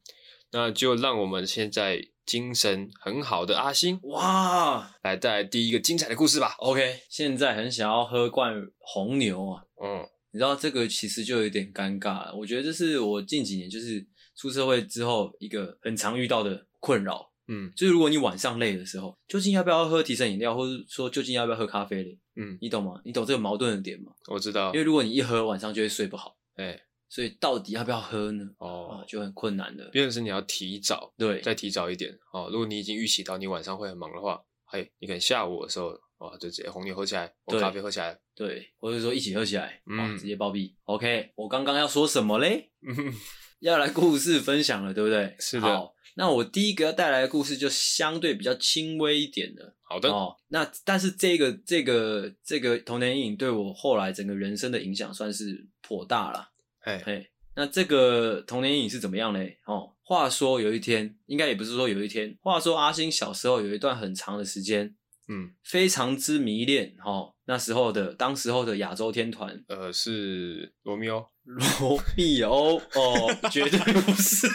[SPEAKER 1] 那就让我们现在精神很好的阿星
[SPEAKER 2] 哇
[SPEAKER 1] 来带来第一个精彩的故事吧。
[SPEAKER 2] ，OK，现在很想要喝罐红牛啊，
[SPEAKER 1] 嗯，
[SPEAKER 2] 你知道这个其实就有点尴尬了。我觉得这是我近几年就是出社会之后一个很常遇到的困扰，
[SPEAKER 1] 嗯
[SPEAKER 2] 就是如果你晚上累的时候，究竟要不要喝提神饮料，或者说究竟要不要喝咖啡嘞？
[SPEAKER 1] 嗯，
[SPEAKER 2] 你懂吗？你懂这个矛盾的点吗？
[SPEAKER 1] 我知道
[SPEAKER 2] 因。为如果你一喝晚上就会睡不好，
[SPEAKER 1] 哎、
[SPEAKER 2] 所以到底要不要喝呢？啊
[SPEAKER 1] 哦，，
[SPEAKER 2] 就很困难的。
[SPEAKER 1] 变成是你要提早，
[SPEAKER 2] 对，
[SPEAKER 1] 再提早一点哦。如果你已经预期到你晚上会很忙的话，哎，你可能下午的时候哦，就直接红牛喝起来，或
[SPEAKER 2] 对
[SPEAKER 1] 咖啡喝起来。 *laughs*
[SPEAKER 2] 对，或者说一起喝起来，
[SPEAKER 1] 嗯
[SPEAKER 2] 嗯，直接暴毙。OK，我刚刚要说什么嘞？
[SPEAKER 1] 嗯
[SPEAKER 2] 要来故事分享了，对不对？
[SPEAKER 1] 是的
[SPEAKER 2] 好，那我第一个要带来的故事就相对比较轻微一点的
[SPEAKER 1] 好的，
[SPEAKER 2] 哦。那但是这个这个这个童年阴影对我后来整个人生的影响算是颇大了。
[SPEAKER 1] 哎、
[SPEAKER 2] 嘿，那这个童年阴影是怎么样嘞？哦，话说有一天，应该也不是说有一天，话说阿星小时候有一段很长的时间，
[SPEAKER 1] 嗯，
[SPEAKER 2] 非常之迷恋哦，那时候的当时候的亚洲天团
[SPEAKER 1] 呃，是罗密欧。
[SPEAKER 2] 罗 *laughs* 密欧哦，绝对不是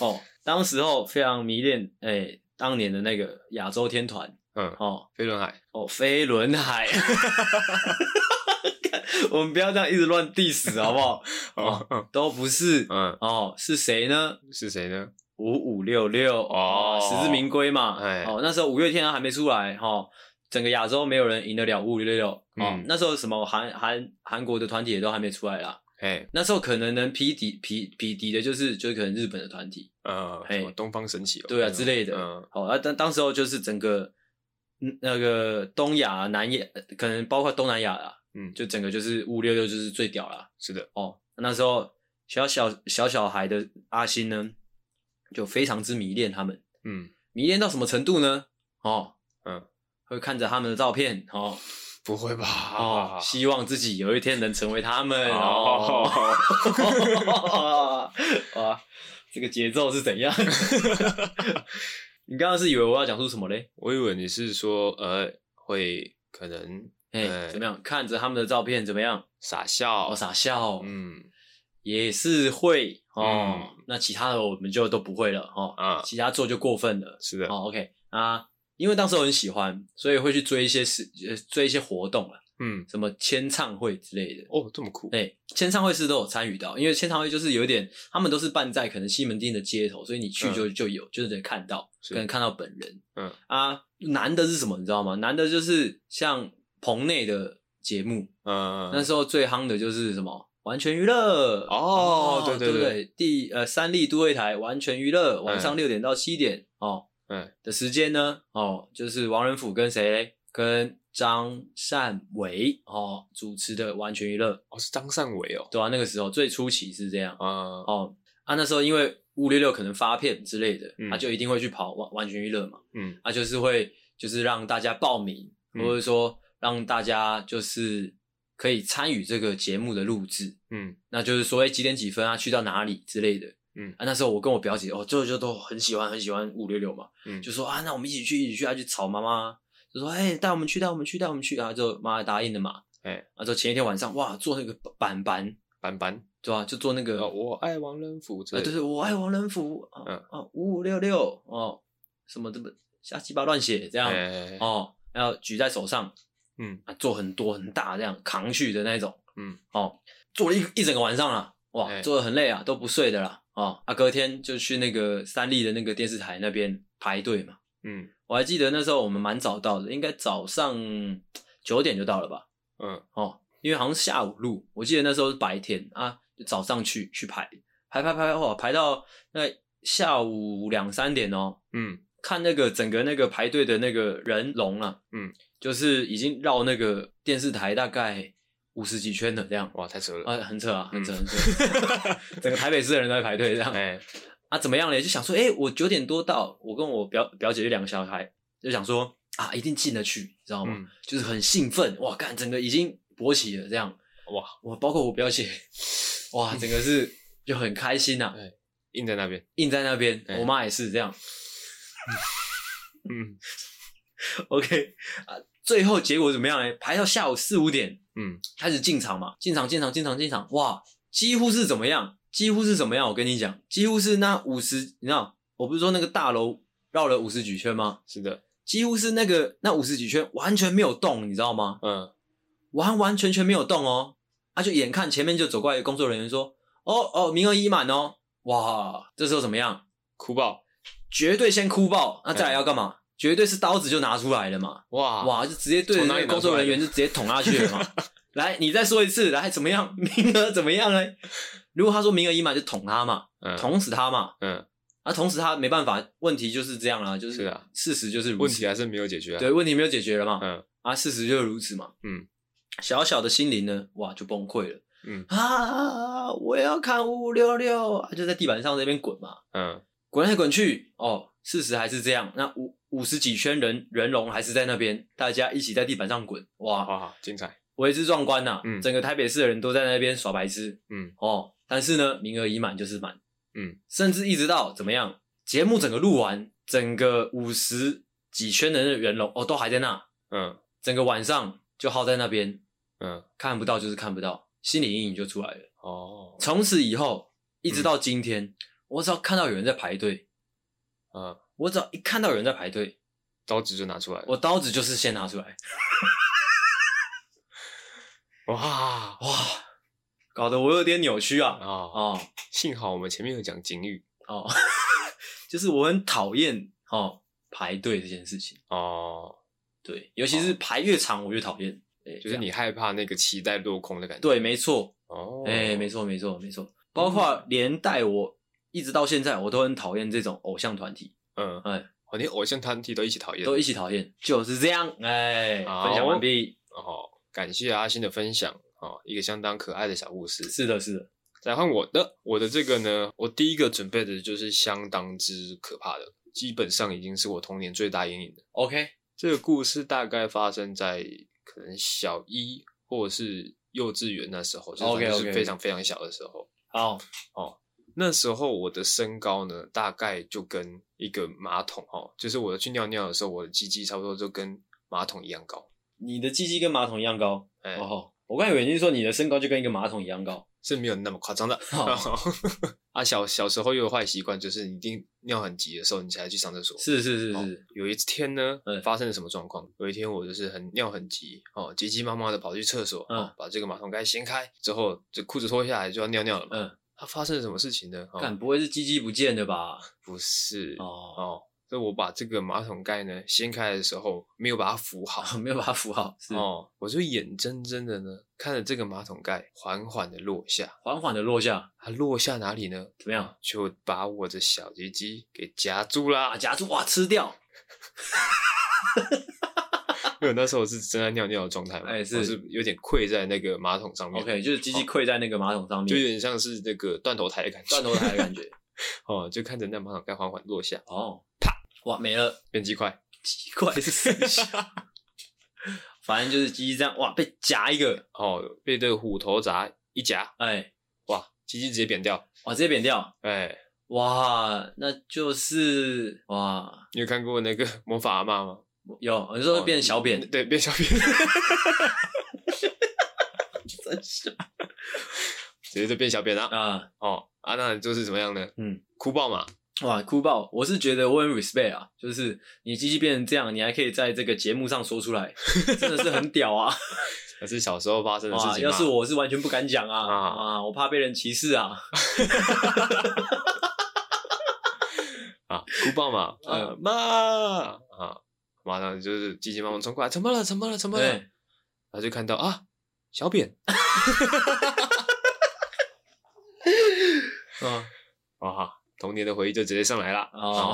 [SPEAKER 2] 哦，当时候非常迷恋哎、当年的那个亚洲天团
[SPEAKER 1] 嗯，
[SPEAKER 2] 哦
[SPEAKER 1] 飞轮海，
[SPEAKER 2] 哦，飞轮海。 *laughs* 我们不要这样一直乱 diss 好不好？
[SPEAKER 1] *laughs* 哦，嗯
[SPEAKER 2] 都不是
[SPEAKER 1] 嗯，
[SPEAKER 2] 哦，是谁呢？
[SPEAKER 1] 是谁呢？
[SPEAKER 2] 五五六六
[SPEAKER 1] 哦
[SPEAKER 2] 实至名归嘛。
[SPEAKER 1] 哎
[SPEAKER 2] 哦，那时候五月天还没出来哈、哦，整个亚洲没有人赢得了五五六六。哦，
[SPEAKER 1] 嗯
[SPEAKER 2] 那时候什么韩韩韩国的团体也都还没出来啦。
[SPEAKER 1] 哎，
[SPEAKER 2] 那时候可能能匹敌匹匹敌的就是就是可能日本的团体，
[SPEAKER 1] 呃，
[SPEAKER 2] 嘿
[SPEAKER 1] 什么东方神起哦，
[SPEAKER 2] 对啊之类的。
[SPEAKER 1] 嗯
[SPEAKER 2] 好、啊，当当时候就是整个嗯那个东亚、南亚，呃可能包括东南亚啦，
[SPEAKER 1] 嗯，就
[SPEAKER 2] 就整个就是五五六六就是最屌啦。
[SPEAKER 1] 是的，
[SPEAKER 2] 哦，那时候小小小小孩的阿星呢，就非常之迷恋他们，
[SPEAKER 1] 嗯，
[SPEAKER 2] 迷恋到什么程度呢？哦，
[SPEAKER 1] 嗯，
[SPEAKER 2] 会看着他们的照片，哦
[SPEAKER 1] 不会吧？
[SPEAKER 2] 哦，希望自己有一天能成为他们
[SPEAKER 1] 啊 *laughs* 哦
[SPEAKER 2] 哦。， *laughs* 哇，这个节奏是怎样？ *laughs* 你刚刚是以为我要讲出什么嘞？
[SPEAKER 1] 我以为你是说呃会可能
[SPEAKER 2] 哎、
[SPEAKER 1] 哎
[SPEAKER 2] 怎么样？看着他们的照片怎么样？
[SPEAKER 1] 傻笑，
[SPEAKER 2] 哦，傻笑，
[SPEAKER 1] 嗯
[SPEAKER 2] 也是会哦。那其他的我们就都不会了哦。
[SPEAKER 1] 啊
[SPEAKER 2] 其他做就过分了。
[SPEAKER 1] 是的，
[SPEAKER 2] 哦，OK 啊，因为当时我很喜欢，所以会去追一些事，呃，追一些活动啊，
[SPEAKER 1] 嗯，
[SPEAKER 2] 什么签唱会之类的。
[SPEAKER 1] 哦，这么酷，
[SPEAKER 2] 哎、签唱会是都有参与到，因为签唱会就是有一点，他们都是办在可能西门町的街头，所以你去就、就有，就是能看到，
[SPEAKER 1] 是
[SPEAKER 2] 可能看到本人。
[SPEAKER 1] 嗯
[SPEAKER 2] 啊，难的是什么？你知道吗？难的就是像棚内的节目，
[SPEAKER 1] 嗯，
[SPEAKER 2] 那时候最夯的就是什么？完全娱乐
[SPEAKER 1] 哦对对
[SPEAKER 2] 对不
[SPEAKER 1] 对
[SPEAKER 2] 第呃三立都会台完全娱乐晚上六点到七点、哦，
[SPEAKER 1] 嗯
[SPEAKER 2] 的时间呢哦就是王仁甫跟谁嘞？跟张善伟哦主持的完全娱乐，
[SPEAKER 1] 哦是张善伟哦，
[SPEAKER 2] 对啊，那个时候最初期是这样
[SPEAKER 1] 啊
[SPEAKER 2] 哦啊那时候因为五六六可能发片之类的，他、啊
[SPEAKER 1] 嗯
[SPEAKER 2] 就一定会去跑完完全娱乐嘛，
[SPEAKER 1] 嗯
[SPEAKER 2] 啊，就是会就是让大家报名，
[SPEAKER 1] 嗯
[SPEAKER 2] 或者说让大家就是可以参与这个节目的录制。
[SPEAKER 1] 嗯
[SPEAKER 2] 那就是所谓几点几分啊，去到哪里之类的。
[SPEAKER 1] 嗯
[SPEAKER 2] 啊，那时候我跟我表姐哦，就就都很喜欢很喜欢五六六嘛，
[SPEAKER 1] 嗯，
[SPEAKER 2] 就说啊，那我们一起去一起去，啊，去吵妈妈，就说：“哎、带我们去，带我们去，带我们去。”然后就妈答应了嘛。
[SPEAKER 1] 哎
[SPEAKER 2] 然后就前一天晚上，哇，做那个板板，
[SPEAKER 1] 班班，
[SPEAKER 2] 对吧、就做那个，
[SPEAKER 1] 呃，我爱王仁甫之
[SPEAKER 2] 啊，
[SPEAKER 1] 类
[SPEAKER 2] 就
[SPEAKER 1] 的，
[SPEAKER 2] 是我爱王仁甫，啊
[SPEAKER 1] 嗯
[SPEAKER 2] 啊，五五六六，哦，什么这么瞎鸡巴乱写这样，
[SPEAKER 1] 哎，
[SPEAKER 2] 哦，然后举在手上，
[SPEAKER 1] 嗯
[SPEAKER 2] 啊，做很多很大这样扛去的那种，
[SPEAKER 1] 嗯，
[SPEAKER 2] 哦，做了一一整个晚上啦，哇，
[SPEAKER 1] 哎
[SPEAKER 2] 做的很累啊，都不睡的啦，哦，啊，隔天就去那个三立的那个电视台那边排队嘛，
[SPEAKER 1] 嗯
[SPEAKER 2] 我还记得那时候我们蛮早到的，应该早上九点就到了吧，
[SPEAKER 1] 嗯
[SPEAKER 2] 哦，因为好像下午录，我记得那时候是白天啊，就早上去去排排排排，哇，排到那下午两三点哦，
[SPEAKER 1] 嗯，
[SPEAKER 2] 看那个整个那个排队的那个人龙啊，
[SPEAKER 1] 嗯，
[SPEAKER 2] 就是已经绕那个电视台大概五十几圈了这样，
[SPEAKER 1] 哇，太扯了， *laughs*
[SPEAKER 2] 啊，很扯啊，很扯
[SPEAKER 1] 嗯
[SPEAKER 2] 很扯，整个台北市的人都在排队这样，
[SPEAKER 1] *laughs* 哎，
[SPEAKER 2] 啊，怎么样嘞？就想说，哎、我九点多到，我跟我表表姐就两个小孩，就想说啊，一定进得去，你知道吗？
[SPEAKER 1] 嗯
[SPEAKER 2] 就是很兴奋，哇，干，整个已经勃起了这样，
[SPEAKER 1] 哇，
[SPEAKER 2] 我包括我表姐，哇，整个是就很开心呐、啊，
[SPEAKER 1] 印在那边，
[SPEAKER 2] 硬在那边，
[SPEAKER 1] 哎
[SPEAKER 2] 我妈也是这样。
[SPEAKER 1] 嗯
[SPEAKER 2] OK 啊，最后结果怎么样嘞？排到下午四五点
[SPEAKER 1] 嗯，
[SPEAKER 2] 开始进场嘛，进场进场进场进场，哇，几乎是怎么样？几乎是怎么样？我跟你讲，几乎是那五十，你知道，我不是说那个大楼绕了五十几圈吗？
[SPEAKER 1] 是的，
[SPEAKER 2] 几乎是那个那五十几圈完全没有动，你知道吗？
[SPEAKER 1] 嗯
[SPEAKER 2] 完完全全没有动哦。他、就眼看前面就走过来的工作人员说：“哦哦，名额已满哦。”哇，这时候怎么样？
[SPEAKER 1] 哭爆，
[SPEAKER 2] 绝对先哭爆，那再来
[SPEAKER 1] 嗯
[SPEAKER 2] 要干嘛？绝对是刀子就拿出来了嘛！
[SPEAKER 1] 哇哇，
[SPEAKER 2] 哇，就直接对着
[SPEAKER 1] 啊从
[SPEAKER 2] 那
[SPEAKER 1] 哪里拿
[SPEAKER 2] 个工作
[SPEAKER 1] 出来
[SPEAKER 2] 人员
[SPEAKER 1] 的
[SPEAKER 2] 就直接捅下去了
[SPEAKER 1] *laughs*
[SPEAKER 2] 嘛！来，你再说一次，来怎么样？ *laughs* 名额怎么样嘞？如果他说名额已满，就捅他嘛，
[SPEAKER 1] 嗯
[SPEAKER 2] 捅死他嘛！
[SPEAKER 1] 嗯，
[SPEAKER 2] 啊，捅死他没办法，问题就是这样啦，就是
[SPEAKER 1] 啊
[SPEAKER 2] 事实就是如
[SPEAKER 1] 问
[SPEAKER 2] 此，
[SPEAKER 1] 题还是没有解决啊，
[SPEAKER 2] 对，问题没有解决了嘛。
[SPEAKER 1] 嗯
[SPEAKER 2] 啊，事实就是如此嘛。
[SPEAKER 1] 嗯，
[SPEAKER 2] 小小的心灵呢，哇，就崩溃了
[SPEAKER 1] 嗯
[SPEAKER 2] 啊！我要看五五六六，啊就在地板上那边滚嘛，
[SPEAKER 1] 嗯
[SPEAKER 2] 滚来滚去。哦，事实还是这样。那五五十几圈人人龙还是在那边，大家一起在地板上滚，哇，
[SPEAKER 1] 哇，精彩，
[SPEAKER 2] 为之壮观呐、
[SPEAKER 1] 啊嗯
[SPEAKER 2] 整个台北市的人都在那边耍白痴
[SPEAKER 1] 嗯
[SPEAKER 2] 哦。但是呢，名额已满就是满，
[SPEAKER 1] 嗯，
[SPEAKER 2] 甚至一直到怎么样，节目整个录完，整个五十几圈的人龙哦，都还在那。
[SPEAKER 1] 嗯
[SPEAKER 2] 整个晚上就耗在那边，
[SPEAKER 1] 嗯，
[SPEAKER 2] 看不到就是看不到，心理阴影就出来了。
[SPEAKER 1] 哦，
[SPEAKER 2] 从此以后，一直到今天，我只要看到有人在排队，
[SPEAKER 1] 嗯，
[SPEAKER 2] 我只要一看到有人在排队，
[SPEAKER 1] 刀子就拿出来了，
[SPEAKER 2] 我刀子就是先拿出来，
[SPEAKER 1] 哇
[SPEAKER 2] 哇，搞得我有点扭曲啊！
[SPEAKER 1] 啊，
[SPEAKER 2] 哦
[SPEAKER 1] 幸好我们前面有讲警语
[SPEAKER 2] 哦，就是我很讨厌哦排队这件事情，
[SPEAKER 1] 哦，
[SPEAKER 2] 对，尤其是排越长我越讨厌，对，啊
[SPEAKER 1] 就是你害怕那个期待落空的感觉，
[SPEAKER 2] 对，没错，
[SPEAKER 1] 哦，
[SPEAKER 2] 哎、没错，没错，没错，包括连带我一直到现在，我都很讨厌这种偶像团体。
[SPEAKER 1] 嗯，
[SPEAKER 2] 哎，
[SPEAKER 1] 哦，连偶像团体都一起讨厌，
[SPEAKER 2] 都一起讨厌，就是这样。哎，
[SPEAKER 1] 好
[SPEAKER 2] 分享完毕。
[SPEAKER 1] 哦，感谢阿星的分享哦，一个相当可爱的小故事。
[SPEAKER 2] 是的，是的，
[SPEAKER 1] 再换我的，我的这个呢，我第一个准备的就是相当之可怕的，基本上已经是我童年最大阴影了。
[SPEAKER 2] OK，
[SPEAKER 1] 这个故事大概发生在可能小一或者是幼稚园那时候，就是反
[SPEAKER 2] OK，OK，OK
[SPEAKER 1] 正就是非常非常小的时候。
[SPEAKER 2] 好，
[SPEAKER 1] 那时候我的身高呢，大概就跟一个马桶哦，就是我去尿尿的时候，我的鸡鸡差不多就跟马桶一样高。
[SPEAKER 2] 你的鸡鸡跟马桶一样高。
[SPEAKER 1] 哎、
[SPEAKER 2] 哦，我刚以为你是说你的身高就跟一个马桶一样高。
[SPEAKER 1] 是没有那么夸张的。
[SPEAKER 2] 哦
[SPEAKER 1] *laughs* 啊，小小时候又有坏习惯，就是你一定尿很急的时候，你才去上厕所。
[SPEAKER 2] 是是是
[SPEAKER 1] 哦
[SPEAKER 2] 是，
[SPEAKER 1] 有一天呢
[SPEAKER 2] 嗯，
[SPEAKER 1] 发生了什么状况？有一天我就是很尿很急哦，急急忙忙的跑去厕所，
[SPEAKER 2] 嗯
[SPEAKER 1] 哦，把这个马桶盖掀开之后，这裤子脱下来就要尿尿了嘛。
[SPEAKER 2] 嗯，
[SPEAKER 1] 它发生了什么事情呢？
[SPEAKER 2] 干
[SPEAKER 1] 哦，
[SPEAKER 2] 不会是鸡鸡不见的吧？
[SPEAKER 1] 不是
[SPEAKER 2] 哦，
[SPEAKER 1] 哦，所以我把这个马桶盖呢掀开的时候，没有把它扶好。
[SPEAKER 2] *laughs* 没有把它扶好，哦是
[SPEAKER 1] 哦，我就眼睁睁的呢看着这个马桶盖缓缓的落下，
[SPEAKER 2] 缓缓的落下，
[SPEAKER 1] 它落下哪里呢？
[SPEAKER 2] 怎么样？
[SPEAKER 1] 就把我的小鸡鸡给夹住啦 *laughs*
[SPEAKER 2] 啊，！夹住哇，吃掉。
[SPEAKER 1] 因为我那时候是正在尿尿的状态嘛，
[SPEAKER 2] 哎是哦
[SPEAKER 1] 我是有点跪在那个马桶上面
[SPEAKER 2] OK，就是鸡鸡跪在那个马桶上
[SPEAKER 1] 嗯哦就有
[SPEAKER 2] 面，
[SPEAKER 1] 点像是那个断头台的感觉，
[SPEAKER 2] 断头台的感
[SPEAKER 1] *laughs*
[SPEAKER 2] 觉。
[SPEAKER 1] 哦，就看着那马桶盖缓缓落下，
[SPEAKER 2] 哦，啪，哇，没了。
[SPEAKER 1] 变鸡块，
[SPEAKER 2] 奇
[SPEAKER 1] *laughs*
[SPEAKER 2] 怪是谁下？反正就是鸡鸡这样，哇，被夹一个，
[SPEAKER 1] 哦，被这个虎头铡一夹，
[SPEAKER 2] 哎，
[SPEAKER 1] 哇，鸡鸡直接扁掉，
[SPEAKER 2] 哇，直接扁掉。
[SPEAKER 1] 哎，
[SPEAKER 2] 哇，那就是哇，
[SPEAKER 1] 你有看过那个魔法阿嬷吗？嗯
[SPEAKER 2] 有，你
[SPEAKER 1] 哦
[SPEAKER 2] 说变小扁，
[SPEAKER 1] 对，变小扁，
[SPEAKER 2] 真是
[SPEAKER 1] 直接就变小扁了。
[SPEAKER 2] 啊！
[SPEAKER 1] 哦，啊，那就是怎么样呢？
[SPEAKER 2] 嗯，
[SPEAKER 1] 哭爆嘛，
[SPEAKER 2] 哇，哭爆！我是觉得我很 respect 啊，就是你机器变成这样，你还可以在这个节目上说出来，真的是很
[SPEAKER 1] *laughs*
[SPEAKER 2] 屌啊！
[SPEAKER 1] 那是小时候发生的事
[SPEAKER 2] 哇，
[SPEAKER 1] 情
[SPEAKER 2] 要
[SPEAKER 1] 嘛。
[SPEAKER 2] 是我是完全不敢讲啊
[SPEAKER 1] 啊
[SPEAKER 2] 啊，我怕被人歧视啊！
[SPEAKER 1] 啊，哭爆嘛，
[SPEAKER 2] 嗯
[SPEAKER 1] 呃，妈啊，马上就是急急忙忙冲过来，怎么了？怎么了？怎么了？
[SPEAKER 2] 对
[SPEAKER 1] 然，后就看到啊，小扁 *laughs*
[SPEAKER 2] 啊
[SPEAKER 1] 啊，哈童年的回忆就直接上来啦。
[SPEAKER 2] 哦，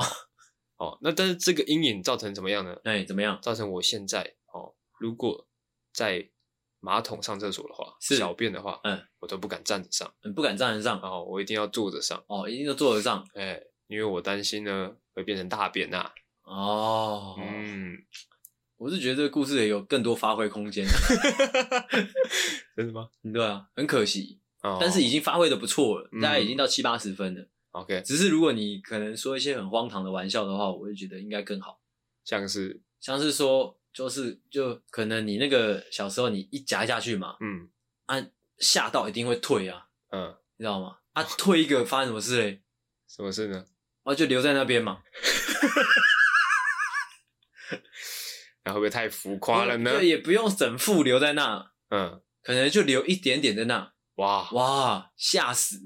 [SPEAKER 1] 哦，那但是这个阴影造成怎么样呢？
[SPEAKER 2] 哎，怎么样？
[SPEAKER 1] 造成我现在哦，如果在马桶上厕所的话，
[SPEAKER 2] 是
[SPEAKER 1] 小便的话，
[SPEAKER 2] 嗯，
[SPEAKER 1] 我都不敢站着上，
[SPEAKER 2] 你不敢站得上
[SPEAKER 1] 然后我一定要坐着上，
[SPEAKER 2] 哦，一定都坐得上
[SPEAKER 1] 哎，因为我担心呢会变成大便呐、
[SPEAKER 2] 哦。
[SPEAKER 1] 嗯，
[SPEAKER 2] 我是觉得这个故事也有更多发挥空
[SPEAKER 1] *laughs*
[SPEAKER 2] 间，
[SPEAKER 1] 真的吗？
[SPEAKER 2] 对啊，很可惜，
[SPEAKER 1] 哦，
[SPEAKER 2] 但是已经发挥的不错了，
[SPEAKER 1] 嗯
[SPEAKER 2] 大概已经到七八十分了。
[SPEAKER 1] OK，
[SPEAKER 2] 只是如果你可能说一些很荒唐的玩笑的话，我就觉得应该更好，
[SPEAKER 1] 像是
[SPEAKER 2] 像是说就是就可能你那个小时候你一夹下去嘛，
[SPEAKER 1] 嗯
[SPEAKER 2] 啊吓到一定会退啊，
[SPEAKER 1] 嗯，
[SPEAKER 2] 你知道吗？
[SPEAKER 1] *laughs*
[SPEAKER 2] 啊退一个发生什么事嘞？
[SPEAKER 1] 什么事呢？
[SPEAKER 2] 啊就留在那边嘛，
[SPEAKER 1] 然后会不会太浮夸了呢？
[SPEAKER 2] 哦对，也不用整副留在那，
[SPEAKER 1] 嗯，
[SPEAKER 2] 可能就留一点点在那，
[SPEAKER 1] 哇，
[SPEAKER 2] 哇吓死！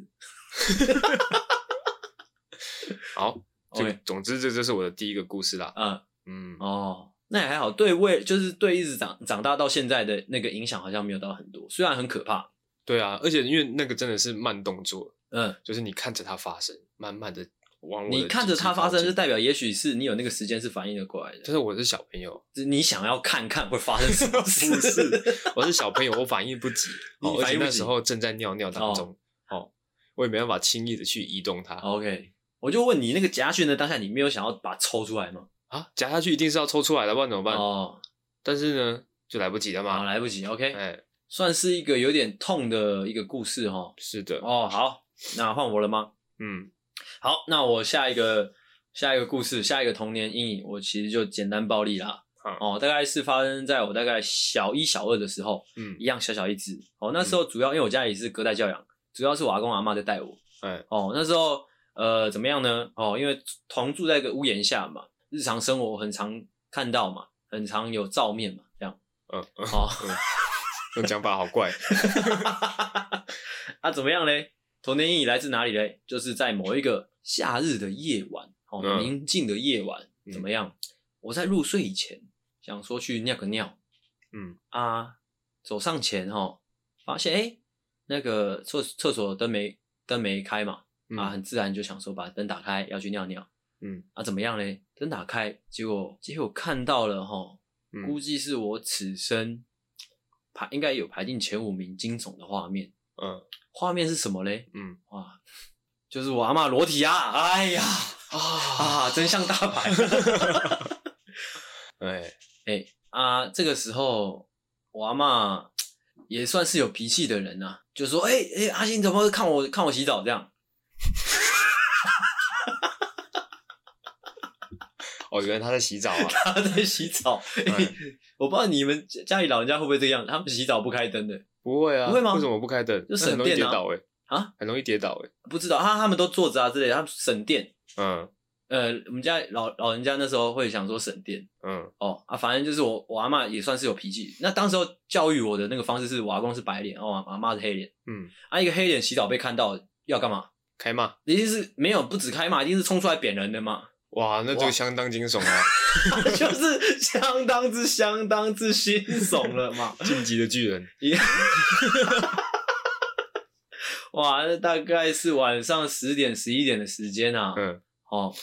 [SPEAKER 1] 好，这个
[SPEAKER 2] OK
[SPEAKER 1] 总之这就是我的第一个故事啦。
[SPEAKER 2] 嗯
[SPEAKER 1] 嗯，
[SPEAKER 2] 哦，那也还好，对未就是对一直长长大到现在的那个影响好像没有到很多，虽然很可怕，
[SPEAKER 1] 对啊，而且因为那个真的是慢动作，
[SPEAKER 2] 嗯，
[SPEAKER 1] 就是你看着它发生，慢慢的往我的
[SPEAKER 2] 你看着它发
[SPEAKER 1] 脊椎
[SPEAKER 2] 生，
[SPEAKER 1] 靠
[SPEAKER 2] 就
[SPEAKER 1] 近
[SPEAKER 2] 代表也许是你有那个时间是反应的过
[SPEAKER 1] *laughs*
[SPEAKER 2] 来的，
[SPEAKER 1] 但是我是小朋友，
[SPEAKER 2] 就是你想要看看会发生什
[SPEAKER 1] *laughs*
[SPEAKER 2] 么事，
[SPEAKER 1] 不是我是小朋友，我反应不及，
[SPEAKER 2] *laughs* 你
[SPEAKER 1] 哦而
[SPEAKER 2] 反
[SPEAKER 1] 且
[SPEAKER 2] 应不
[SPEAKER 1] 那
[SPEAKER 2] 及
[SPEAKER 1] 时候正在尿尿当中，哦，我也没办法轻易的去移动它
[SPEAKER 2] OK，我就问你那个夹讯的当下，你没有想要把它抽出来吗？
[SPEAKER 1] 啊，夹下去一定是要抽出来的，不然怎么办？
[SPEAKER 2] 哦，
[SPEAKER 1] 但是呢，就来不及了
[SPEAKER 2] 啊，
[SPEAKER 1] 嘛，
[SPEAKER 2] 来不及，OK，
[SPEAKER 1] 哎，
[SPEAKER 2] 算是一个有点痛的一个故事哈。
[SPEAKER 1] 是的，
[SPEAKER 2] 哦，好，那换我了吗？
[SPEAKER 1] 嗯，
[SPEAKER 2] 好，那我下一个下一个故事，下一个童年阴影，我其实就简单暴力啦。
[SPEAKER 1] 嗯
[SPEAKER 2] 哦，大概是发生在我大概小一、小二的时候，
[SPEAKER 1] 嗯
[SPEAKER 2] 一，样小小一只。哦，那时候主要因为我家里是隔代教养，主要是我阿公阿妈在带我。
[SPEAKER 1] 哎，
[SPEAKER 2] 哦，那时候呃怎么样呢？哦，因为同住在一个屋檐下嘛，日常生活很常看到嘛，很常有照面嘛，这样。 *laughs*
[SPEAKER 1] 嗯，嗯
[SPEAKER 2] 哦，
[SPEAKER 1] 这种讲法好怪，
[SPEAKER 2] 啊，怎么样嘞？童年阴影来自哪里嘞？就是在某一个夏日的夜晚，哦，
[SPEAKER 1] 嗯
[SPEAKER 2] 宁静的夜晚，
[SPEAKER 1] 嗯
[SPEAKER 2] 怎么样？我在入睡以前想说去尿个尿
[SPEAKER 1] 嗯
[SPEAKER 2] 啊，走上前哦，发现哎、诶那个厕厕所灯没灯没开嘛，
[SPEAKER 1] 嗯
[SPEAKER 2] 啊，很自然就想说把灯打开要去尿尿，
[SPEAKER 1] 嗯
[SPEAKER 2] 啊，怎么样嘞？灯打开，结果结果看到了哈，
[SPEAKER 1] 嗯
[SPEAKER 2] 估计是我此生排应该有排进前五名惊悚的画面。
[SPEAKER 1] 嗯
[SPEAKER 2] 画面是什么嘞？
[SPEAKER 1] 嗯
[SPEAKER 2] 哇，就是我阿嬷裸体啊！哎呀
[SPEAKER 1] 啊，
[SPEAKER 2] 啊，真相大白！
[SPEAKER 1] 哎，
[SPEAKER 2] 哎、啊，这个时候我阿嬷也算是有脾气的人呐、啊，就说：“哎、哎、阿信怎么看我看我洗澡这样 *laughs*
[SPEAKER 1] 哦，原来他在洗澡
[SPEAKER 2] *laughs*
[SPEAKER 1] 啊？”，
[SPEAKER 2] 他在洗澡、
[SPEAKER 1] 哎
[SPEAKER 2] *laughs* 我不知道你们家里老人家会不会这样，他们洗澡不开灯的
[SPEAKER 1] 不会啊，
[SPEAKER 2] 不会吗
[SPEAKER 1] 为什么不开灯？
[SPEAKER 2] 就
[SPEAKER 1] 那
[SPEAKER 2] 省
[SPEAKER 1] 很容易
[SPEAKER 2] 电
[SPEAKER 1] 跌
[SPEAKER 2] 啊
[SPEAKER 1] 倒哎、
[SPEAKER 2] 啊？
[SPEAKER 1] 很容易跌倒哎、
[SPEAKER 2] 不知道他他们都坐着啊之类的，他们省电。
[SPEAKER 1] 嗯
[SPEAKER 2] 呃，我们家老老人家那时候会想说省电，
[SPEAKER 1] 嗯
[SPEAKER 2] 哦啊，反正就是我我阿嬷也算是有脾气。那当时候教育我的那个方式是，我阿公是白脸，哦，我阿嬷是黑脸。
[SPEAKER 1] 嗯，
[SPEAKER 2] 啊，一个黑脸洗澡被看到要干嘛？
[SPEAKER 1] 开骂
[SPEAKER 2] 一定是没有不止开骂，一定是冲出来扁人的嘛，
[SPEAKER 1] 哇，那
[SPEAKER 2] 哇
[SPEAKER 1] 就相当惊悚
[SPEAKER 2] *laughs*
[SPEAKER 1] 啊，
[SPEAKER 2] 就是相当之相当之惊悚了嘛。
[SPEAKER 1] 晋级的巨人。
[SPEAKER 2] 哇，那大概是晚上十点十一点的时间啊。
[SPEAKER 1] 嗯，
[SPEAKER 2] 哦，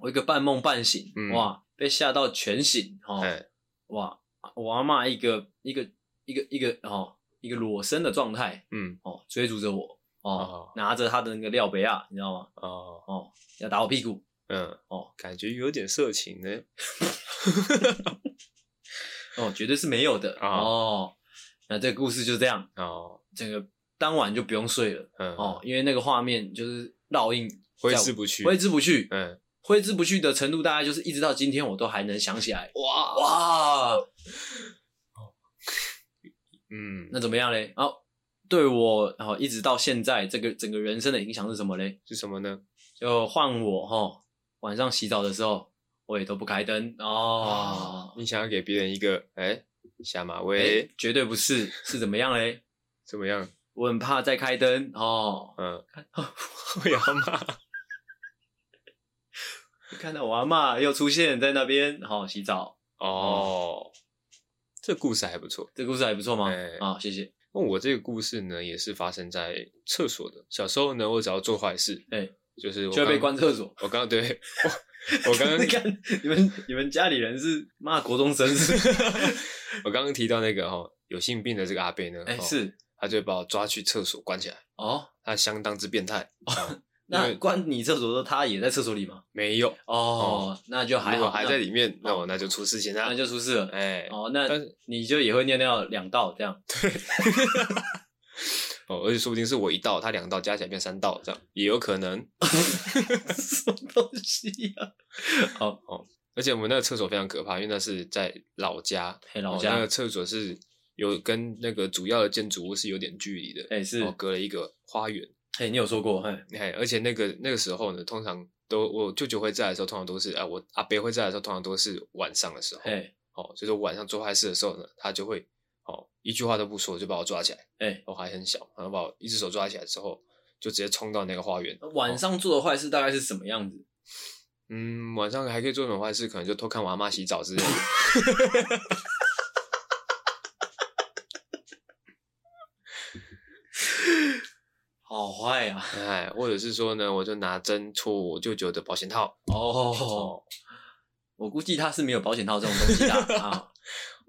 [SPEAKER 2] 我一个半梦半醒，
[SPEAKER 1] 嗯
[SPEAKER 2] 哇，被吓到全醒哦。
[SPEAKER 1] 哎
[SPEAKER 2] 哇，我阿嬷一个一个一个一个哦一个裸身的状态，
[SPEAKER 1] 嗯
[SPEAKER 2] 哦，追逐着我，哦
[SPEAKER 1] 哦，
[SPEAKER 2] 拿着他的那个廖北亚，你知道吗？
[SPEAKER 1] 哦
[SPEAKER 2] 哦，要打我屁股，
[SPEAKER 1] 嗯
[SPEAKER 2] 哦
[SPEAKER 1] 感觉有点色情呢。
[SPEAKER 2] 哦，绝对是没有的，
[SPEAKER 1] 啊
[SPEAKER 2] 哦，那这个故事就这样，
[SPEAKER 1] 哦
[SPEAKER 2] 整个当晚就不用睡了，
[SPEAKER 1] 嗯
[SPEAKER 2] 哦，因为那个画面就是烙印在我，
[SPEAKER 1] 挥之不去。
[SPEAKER 2] 挥之不去，
[SPEAKER 1] 嗯
[SPEAKER 2] 挥之不去的程度，大概就是一直到今天我都还能想起来。
[SPEAKER 1] 哇哇，
[SPEAKER 2] 哇，
[SPEAKER 1] 嗯，
[SPEAKER 2] 那怎么样嘞？啊，对我哦，一直到现在这个整个人生的影响是什么嘞？
[SPEAKER 1] 是什么呢？
[SPEAKER 2] 就换我哈，晚上洗澡的时候我也都不开灯哦，
[SPEAKER 1] 你想要给别人一个哎下马威、
[SPEAKER 2] 诶绝对不是，是怎么样嘞？
[SPEAKER 1] 怎么样？
[SPEAKER 2] 我很怕再开灯哦，
[SPEAKER 1] 嗯，
[SPEAKER 2] *laughs*
[SPEAKER 1] 我要骂，
[SPEAKER 2] 看到我阿妈又出现在那边，好、洗澡，
[SPEAKER 1] 哦，这故事还不错。
[SPEAKER 2] 这故事还不错嘛，啊、
[SPEAKER 1] 哎
[SPEAKER 2] 谢谢，
[SPEAKER 1] 那我这个故事呢，也是发生在厕所的。小时候呢，我只要做坏事，
[SPEAKER 2] 哎
[SPEAKER 1] 就是我
[SPEAKER 2] 就会被
[SPEAKER 1] 刚
[SPEAKER 2] 关厕所。
[SPEAKER 1] *laughs* 我刚对我我刚刚
[SPEAKER 2] *laughs* 你看你们你们家里人是骂国中生是不是？
[SPEAKER 1] *laughs* 我刚刚提到那个哦，有性病的这个阿贝呢，
[SPEAKER 2] 哎、
[SPEAKER 1] 哦，
[SPEAKER 2] 是
[SPEAKER 1] 他就把我抓去厕所关起来，
[SPEAKER 2] 哦，
[SPEAKER 1] 他相当之变态。哦因
[SPEAKER 2] 那
[SPEAKER 1] 为
[SPEAKER 2] 关你厕所的时候，他也在厕所里吗？
[SPEAKER 1] 没有，
[SPEAKER 2] 哦，那就 *laughs* 还
[SPEAKER 1] 如果
[SPEAKER 2] 好，
[SPEAKER 1] 还
[SPEAKER 2] 那
[SPEAKER 1] 在里面，那
[SPEAKER 2] 哦
[SPEAKER 1] 我那就出事情
[SPEAKER 2] 那
[SPEAKER 1] 了。
[SPEAKER 2] 就出事了。
[SPEAKER 1] 哎，
[SPEAKER 2] 哦，那
[SPEAKER 1] 但是
[SPEAKER 2] 你就也会尿尿两道
[SPEAKER 1] *laughs*
[SPEAKER 2] 这样，
[SPEAKER 1] 哦，而且说不定是我一道，他两道加起来变三道，这样也有可能。
[SPEAKER 2] 什么东西啊呀、
[SPEAKER 1] 而且我们那个厕所非常可怕，因为那是在老家，
[SPEAKER 2] 嘿，老
[SPEAKER 1] 哦
[SPEAKER 2] 家，
[SPEAKER 1] 那
[SPEAKER 2] 哎、
[SPEAKER 1] 个厕所是有跟那个主要的建筑物是有点距离的，
[SPEAKER 2] 是，
[SPEAKER 1] 哦，
[SPEAKER 2] 哎、
[SPEAKER 1] 隔了一个花园。
[SPEAKER 2] 你有说过，嘿，
[SPEAKER 1] 哎，而且那个那个时候呢，通常都我舅舅会在的时候，通常都是啊、我阿伯会在的时候，通常都是晚上的时候。
[SPEAKER 2] 哎，
[SPEAKER 1] 哦，就是晚上做坏事的时候呢，他就会哦一句话都不说就把我抓起来，
[SPEAKER 2] 哎，
[SPEAKER 1] 我、还很小，然后把我一只手抓起来之后，就直接冲到那个花园。
[SPEAKER 2] 晚上做的坏事大概是什么样子？
[SPEAKER 1] 嗯，晚上还可以做什么坏事？可能就偷看我阿妈洗澡之类的。 *laughs*
[SPEAKER 2] 好坏呀、啊，
[SPEAKER 1] 哎，或者是说呢，我就拿针戳我舅舅的保险套。
[SPEAKER 2] 哦。我估计他是没有保险套这种东西的啊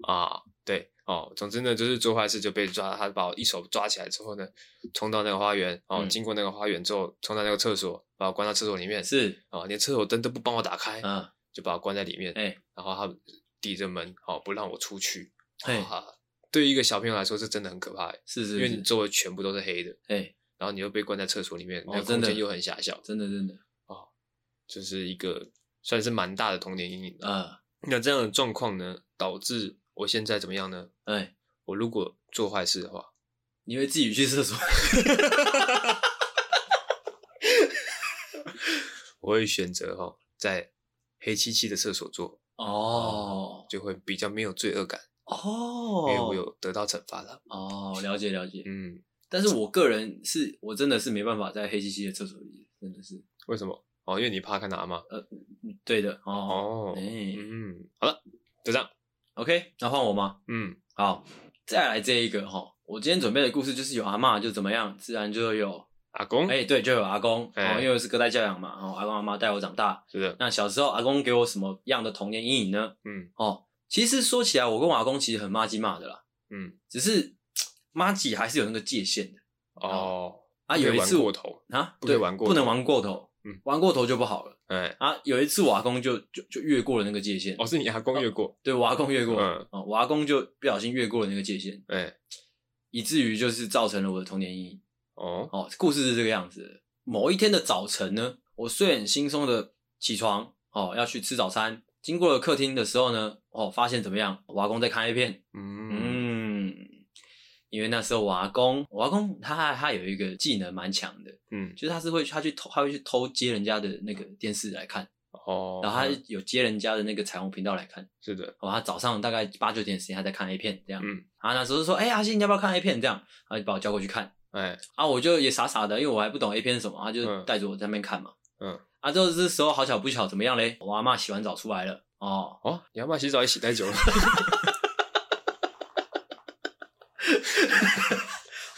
[SPEAKER 1] *laughs*
[SPEAKER 2] 啊，
[SPEAKER 1] 啊，对哦，总之呢，就是做坏事就被抓，他把我一手抓起来之后呢，冲到那个花园，哦，
[SPEAKER 2] 嗯
[SPEAKER 1] 经过那个花园之后，冲到那个厕所，把我关到厕所里面，
[SPEAKER 2] 是，
[SPEAKER 1] 啊、连厕所灯都不帮我打开，
[SPEAKER 2] 嗯，
[SPEAKER 1] 就把我关在里面，
[SPEAKER 2] 哎
[SPEAKER 1] 然后他抵着门，哦，不让我出去，
[SPEAKER 2] 嘿，
[SPEAKER 1] 啊，对于一个小朋友来说，这真的很可怕，
[SPEAKER 2] 哎
[SPEAKER 1] 欸
[SPEAKER 2] 是
[SPEAKER 1] 因
[SPEAKER 2] 是
[SPEAKER 1] 为你
[SPEAKER 2] 是，
[SPEAKER 1] 周围全部都是黑的，
[SPEAKER 2] 哎，
[SPEAKER 1] 然后你又被关在厕所里面，
[SPEAKER 2] 哦
[SPEAKER 1] 那
[SPEAKER 2] 真
[SPEAKER 1] 空
[SPEAKER 2] 的
[SPEAKER 1] 间又很狭小，
[SPEAKER 2] 真的真的，
[SPEAKER 1] 就是一个算是蛮大的童年阴影的。
[SPEAKER 2] 啊，
[SPEAKER 1] 那这样的状况呢，导致我现在怎么样呢？
[SPEAKER 2] 哎，
[SPEAKER 1] 我如果做坏事的话，
[SPEAKER 2] 你会自己
[SPEAKER 1] *laughs*
[SPEAKER 2] 去厕所？
[SPEAKER 1] 我会选择哈、在黑漆漆的厕所做，
[SPEAKER 2] 哦
[SPEAKER 1] 就会比较没有罪恶感，因为我
[SPEAKER 2] 哦
[SPEAKER 1] 有得到惩罚了。
[SPEAKER 2] 哦，了解了解。
[SPEAKER 1] 嗯，
[SPEAKER 2] 但是我个人是我真的是没办法在黑漆漆的厕所里，真的是，
[SPEAKER 1] 为什么？哦，因为你怕看到吗？
[SPEAKER 2] 嗯对的哦。
[SPEAKER 1] 哦，
[SPEAKER 2] 哎
[SPEAKER 1] 嗯，好了，就这样。
[SPEAKER 2] OK，那换我吗？
[SPEAKER 1] 嗯，
[SPEAKER 2] 好，再来这一个哈，我今天准备的故事就是有阿嬷就怎么样，自然就有，
[SPEAKER 1] 阿公，
[SPEAKER 2] 哎、对，就有阿公，
[SPEAKER 1] 嗯哎
[SPEAKER 2] 哦，因为是隔代教养嘛，哦，阿公阿妈带我长大。
[SPEAKER 1] 是的，
[SPEAKER 2] 那小时候阿公给我什么样的童年阴影呢？
[SPEAKER 1] 嗯
[SPEAKER 2] 哦，其实说起来，我跟我阿公其实很妈鸡骂的啦，
[SPEAKER 1] 嗯，
[SPEAKER 2] 只是妈鸡还是有那个界限的
[SPEAKER 1] 哦，
[SPEAKER 2] 啊。
[SPEAKER 1] 不可以
[SPEAKER 2] 有一次
[SPEAKER 1] 玩过
[SPEAKER 2] 我
[SPEAKER 1] 头，
[SPEAKER 2] 啊，
[SPEAKER 1] 不可以
[SPEAKER 2] 对
[SPEAKER 1] 玩过
[SPEAKER 2] 不
[SPEAKER 1] 头
[SPEAKER 2] 能玩过头，
[SPEAKER 1] 嗯
[SPEAKER 2] 玩过头就不好了
[SPEAKER 1] 哎，
[SPEAKER 2] 啊。有一次我阿公就就就越过了那个界限，
[SPEAKER 1] 哦，是你阿公越过，
[SPEAKER 2] 对我阿公越过，
[SPEAKER 1] 嗯
[SPEAKER 2] 哦，我阿公就不小心越过了那个界限，
[SPEAKER 1] 哎，
[SPEAKER 2] 以至于就是造成了我的童年阴影。
[SPEAKER 1] 哦，
[SPEAKER 2] 哦，故事是这个样子的。某一天的早晨呢，我睡眼惺忪的起床，哦，要去吃早餐。经过了客厅的时候呢，哦，发现怎么样？我阿公在看 A 片。
[SPEAKER 1] 嗯，
[SPEAKER 2] 嗯，因为那时候我阿公，我阿公他他他有一个技能蛮强的，
[SPEAKER 1] 嗯，
[SPEAKER 2] 就是他是会他去偷，他会去偷接人家的那个电视来看，
[SPEAKER 1] 哦，
[SPEAKER 2] 然后他
[SPEAKER 1] 嗯
[SPEAKER 2] 有接人家的那个彩虹频道来看。哦
[SPEAKER 1] 是的，
[SPEAKER 2] 好吧，他早上大概八九点的时间他在看 A 片这样。
[SPEAKER 1] 嗯，
[SPEAKER 2] 啊，那时候就说，哎、阿信你要不要看 A 片这样，然后就把我叫过去看。
[SPEAKER 1] 哎，
[SPEAKER 2] 啊，我就也傻傻的，因为我还不懂 A 片是什么，他就
[SPEAKER 1] 嗯
[SPEAKER 2] 带着我在那边看嘛。
[SPEAKER 1] 嗯，
[SPEAKER 2] 啊，之后这时候好巧不巧，怎么样嘞？我阿嬷洗完澡出来了，哦，
[SPEAKER 1] 哦，你阿妈洗澡也洗太久
[SPEAKER 2] *laughs*
[SPEAKER 1] 了，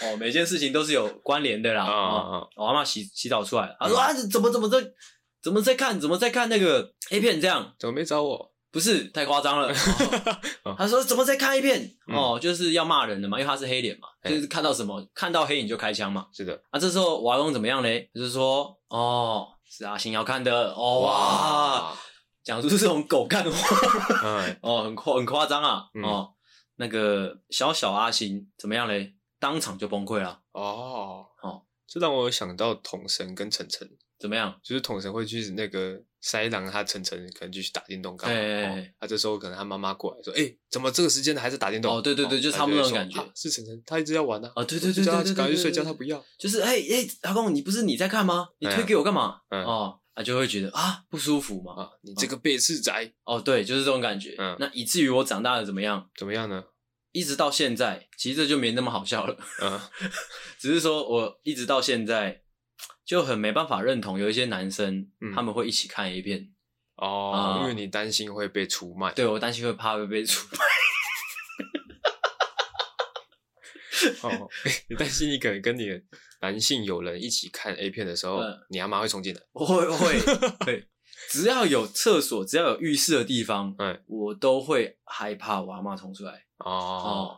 [SPEAKER 2] 哦，每件事情都是有关联的啦。
[SPEAKER 1] 啊啊，
[SPEAKER 2] 哦，
[SPEAKER 1] 啊
[SPEAKER 2] 我阿嬷洗洗澡出来了，她
[SPEAKER 1] 嗯
[SPEAKER 2] 说啊，怎么怎么在怎么在看怎么在看那个 A 片这样？
[SPEAKER 1] 怎么没找我？
[SPEAKER 2] 不是太夸张了。哦
[SPEAKER 1] 嗯
[SPEAKER 2] 她说怎么在看 A 片？哦，就是要骂人的嘛，因为他是黑脸嘛，
[SPEAKER 1] 哎
[SPEAKER 2] 就是看到什么看到黑影就开枪嘛。
[SPEAKER 1] 是的，
[SPEAKER 2] 啊，这时候我阿公怎么样嘞？就是说，哦，是阿星要看的，哦哇
[SPEAKER 1] 哇，
[SPEAKER 2] 讲出这种狗干话
[SPEAKER 1] 哎，
[SPEAKER 2] 哦，很夸很夸张啊、
[SPEAKER 1] 嗯
[SPEAKER 2] 哦。那个小小阿星怎么样嘞？当场就崩溃了，
[SPEAKER 1] 哦，
[SPEAKER 2] 哦，
[SPEAKER 1] 这让我想到统神跟晨晨。
[SPEAKER 2] 怎么样？
[SPEAKER 1] 就是统神会去那个塞狼他晨晨可能就去打电动干嘛？
[SPEAKER 2] 哎哎哎
[SPEAKER 1] 哦他这时候可能他妈妈过来说：“哎、怎么这个时间了还在打电动？”
[SPEAKER 2] 哦对对对就是他们那种感觉
[SPEAKER 1] 啊是晨晨，他一直要玩啊。
[SPEAKER 2] 啊对对
[SPEAKER 1] 我就
[SPEAKER 2] 对
[SPEAKER 1] 叫
[SPEAKER 2] 对
[SPEAKER 1] 他
[SPEAKER 2] 对对
[SPEAKER 1] 赶快去睡觉，
[SPEAKER 2] 对对
[SPEAKER 1] 他不要。
[SPEAKER 2] 就是哎哎，阿公，你不是你在看吗？你
[SPEAKER 1] 哎呀
[SPEAKER 2] 推给我干嘛？
[SPEAKER 1] 嗯
[SPEAKER 2] 哦，啊，就会觉得啊不舒服嘛。
[SPEAKER 1] 啊，你这个背刺仔
[SPEAKER 2] 哦，对，就是这种感觉。
[SPEAKER 1] 嗯
[SPEAKER 2] 那以至于我长大了怎么样？
[SPEAKER 1] 怎么样呢？
[SPEAKER 2] 一直到现在，其实这就没那么好笑了。
[SPEAKER 1] 啊，
[SPEAKER 2] *laughs* 只是说我一直到现在就很没办法认同，有一些男生、
[SPEAKER 1] 嗯
[SPEAKER 2] 他们会一起看 A 片，
[SPEAKER 1] 哦，
[SPEAKER 2] 啊
[SPEAKER 1] 因为你担心会被出卖，
[SPEAKER 2] 对我担心会怕会被出卖。
[SPEAKER 1] 哦， *laughs* 你担心你可能跟你的男性友人一起看 A 片的时候，
[SPEAKER 2] 嗯
[SPEAKER 1] 你阿妈会冲进来。
[SPEAKER 2] 我会
[SPEAKER 1] *laughs*
[SPEAKER 2] 我会对，只要有厕所，只要有浴室的地方，
[SPEAKER 1] 嗯
[SPEAKER 2] 我都会害怕我阿妈冲出来。
[SPEAKER 1] 哦，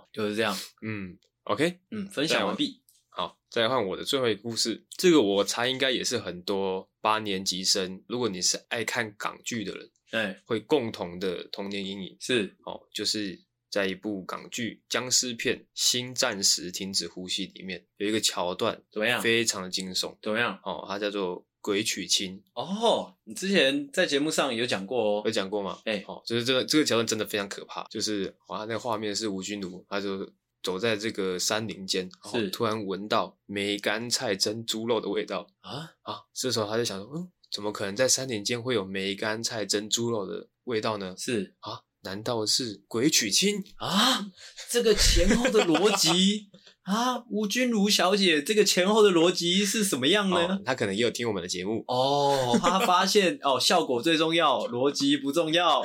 [SPEAKER 2] 哦，就是这样。
[SPEAKER 1] 嗯，OK，
[SPEAKER 2] 嗯，分享完毕。
[SPEAKER 1] 好，再来换我的最后一个故事。这个我猜应该也是很多八年级生，如果你是爱看港剧的人，
[SPEAKER 2] 哎、
[SPEAKER 1] 会共同的童年阴影
[SPEAKER 2] 是
[SPEAKER 1] 哦，就是在一部港剧僵尸片《星战时停止呼吸》里面有一个桥段，
[SPEAKER 2] 怎么样？
[SPEAKER 1] 非常的惊悚
[SPEAKER 2] 怎么样？
[SPEAKER 1] 哦，它叫做《鬼娶亲
[SPEAKER 2] 哦，你之前在节目上有讲过》，
[SPEAKER 1] 有
[SPEAKER 2] 哦。
[SPEAKER 1] 讲过吗？
[SPEAKER 2] 哎
[SPEAKER 1] 哦，就是这个这个桥段真的非常可怕，就是哇，那个画面是吴君如，他就走在这个山林间，然后
[SPEAKER 2] 是
[SPEAKER 1] 突然闻到梅干菜蒸猪肉的味道。
[SPEAKER 2] 啊，
[SPEAKER 1] 啊，这时候他就想说，嗯，怎么可能在山林间会有梅干菜蒸猪肉的味道呢？
[SPEAKER 2] 是
[SPEAKER 1] 啊，难道是鬼娶亲？
[SPEAKER 2] 啊，这个前后的逻辑啊，吴君如小姐，这个前后的逻辑是什么样
[SPEAKER 1] 哦
[SPEAKER 2] 呢？，
[SPEAKER 1] 他可能也有听我们的节目，
[SPEAKER 2] 哦，她发现哦，效果最重要，逻辑不重要。哦，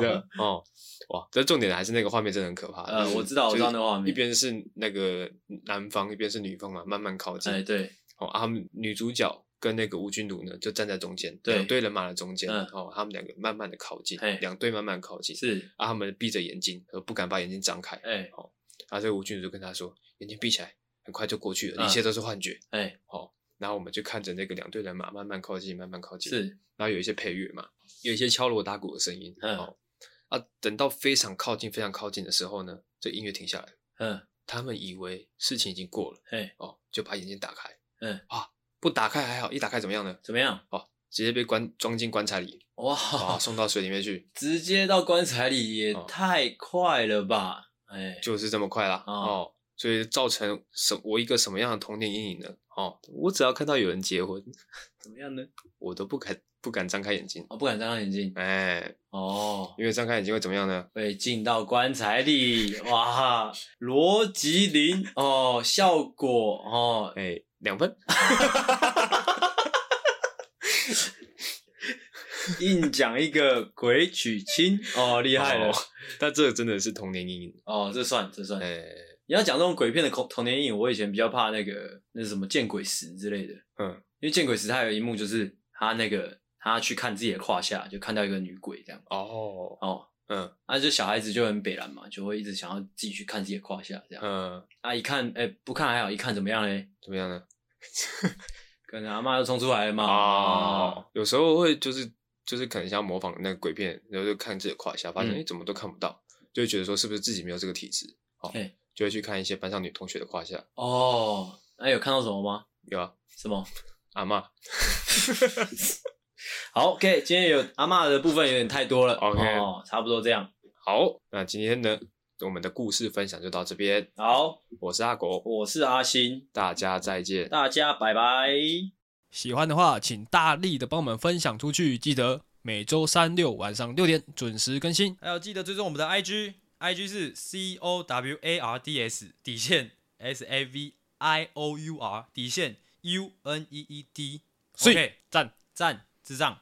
[SPEAKER 1] 是的，哦，哇，这重点还是那个画面真的很可怕。
[SPEAKER 2] 呃
[SPEAKER 1] 就是
[SPEAKER 2] 我知道我知
[SPEAKER 1] 就
[SPEAKER 2] 道
[SPEAKER 1] 是
[SPEAKER 2] 那个画面
[SPEAKER 1] 一边是那个男方，一边是女方嘛，慢慢靠近。
[SPEAKER 2] 哎，对，
[SPEAKER 1] 哦，啊，他们女主角跟那个吴君如呢，就站在中间，
[SPEAKER 2] 对
[SPEAKER 1] 两队人马的中间。
[SPEAKER 2] 嗯
[SPEAKER 1] 哦，他们两个慢慢的靠近
[SPEAKER 2] 嘿，
[SPEAKER 1] 两队慢慢靠近。
[SPEAKER 2] 是，
[SPEAKER 1] 啊，他们闭着眼睛，呃，不敢把眼睛张开。
[SPEAKER 2] 哎
[SPEAKER 1] 啊，所以吴君如就跟他说：“眼睛闭起来，很快就过去了，
[SPEAKER 2] 嗯
[SPEAKER 1] 一切都是幻觉。
[SPEAKER 2] 哎，
[SPEAKER 1] 然后我们就看着那个两队人马慢慢靠近，慢慢靠近。，
[SPEAKER 2] 是
[SPEAKER 1] 然后有一些配乐嘛，有一些敲锣打鼓的声音。
[SPEAKER 2] 嗯
[SPEAKER 1] 哦，啊，等到非常靠近、非常靠近的时候呢，这音乐停下来了，
[SPEAKER 2] 嗯，
[SPEAKER 1] 他们以为事情已经过了，
[SPEAKER 2] 哎，
[SPEAKER 1] 哦，就把眼睛打开。
[SPEAKER 2] 嗯，
[SPEAKER 1] 啊，不打开还好，一打开怎么样呢？
[SPEAKER 2] 怎么样？
[SPEAKER 1] 直接被关装进棺材里，啊，
[SPEAKER 2] 哇，
[SPEAKER 1] 送到水里面去，
[SPEAKER 2] 直接到棺材里也
[SPEAKER 1] 哦
[SPEAKER 2] 太快了吧？哎，
[SPEAKER 1] 就是这么快啦。
[SPEAKER 2] 哦
[SPEAKER 1] 哦，所以造成什我一个什么样的童年阴影呢？哦，我只要看到有人结婚，
[SPEAKER 2] 怎么样呢？
[SPEAKER 1] 我都不敢不敢张开眼睛。
[SPEAKER 2] 哦，不敢张开眼睛。
[SPEAKER 1] 哎，
[SPEAKER 2] 哦，
[SPEAKER 1] 因为张开眼睛会怎么样呢？
[SPEAKER 2] 被进到棺材里，哇，逻辑零哦，效果哦，
[SPEAKER 1] 哎，两分。
[SPEAKER 2] 硬讲一个鬼娶亲哦，厉害了
[SPEAKER 1] 哦但这真的是童年阴影。
[SPEAKER 2] 哦，这算这算。
[SPEAKER 1] 哎，
[SPEAKER 2] 你要讲这种鬼片的童童年阴影，我以前比较怕那个那是什么见鬼石之类的，
[SPEAKER 1] 嗯，
[SPEAKER 2] 因为见鬼石它有一幕就是他那个他去看自己的胯下，就看到一个女鬼这样
[SPEAKER 1] 哦，
[SPEAKER 2] 哦，
[SPEAKER 1] 嗯
[SPEAKER 2] 啊，就小孩子就很北蓝嘛，就会一直想要自己去看自己的胯下这样，
[SPEAKER 1] 嗯，
[SPEAKER 2] 啊，一看哎、不看还好，一看怎么样嘞？
[SPEAKER 1] 怎么样呢？
[SPEAKER 2] 可能阿妈又冲出来了嘛，啊
[SPEAKER 1] 哦，有时候会就是就是可能像模仿那个鬼片，然后就看自己的胯下，发现哎、
[SPEAKER 2] 嗯
[SPEAKER 1] 诶怎么都看不到，就会觉得说是不是自己没有这个体质，哦
[SPEAKER 2] 嘿，
[SPEAKER 1] 就会去看一些班上女同学的胯下，
[SPEAKER 2] 哎哦，那、有看到什么吗？
[SPEAKER 1] 有啊，
[SPEAKER 2] 什么？
[SPEAKER 1] 阿嬷
[SPEAKER 2] 好，OK，今天有阿嬷的部分有点太多了
[SPEAKER 1] OK
[SPEAKER 2] 哦，差不多这样。
[SPEAKER 1] 好，那今天呢，我们的故事分享就到这边，
[SPEAKER 2] 好，
[SPEAKER 1] 我是阿狗，
[SPEAKER 2] 我是阿星，
[SPEAKER 1] 大家再见。
[SPEAKER 2] 大家拜拜。
[SPEAKER 3] 喜欢的话，请大力的帮我们分享出去，记得每周三六晚上六点准时更新。
[SPEAKER 4] 还有记得追踪我们的 IG，IG 是 C O W A R D S 底线 S A V I O U R 底线 U N E E D。
[SPEAKER 3] 所以
[SPEAKER 4] OK，
[SPEAKER 3] 赞。
[SPEAKER 4] 赞，智障。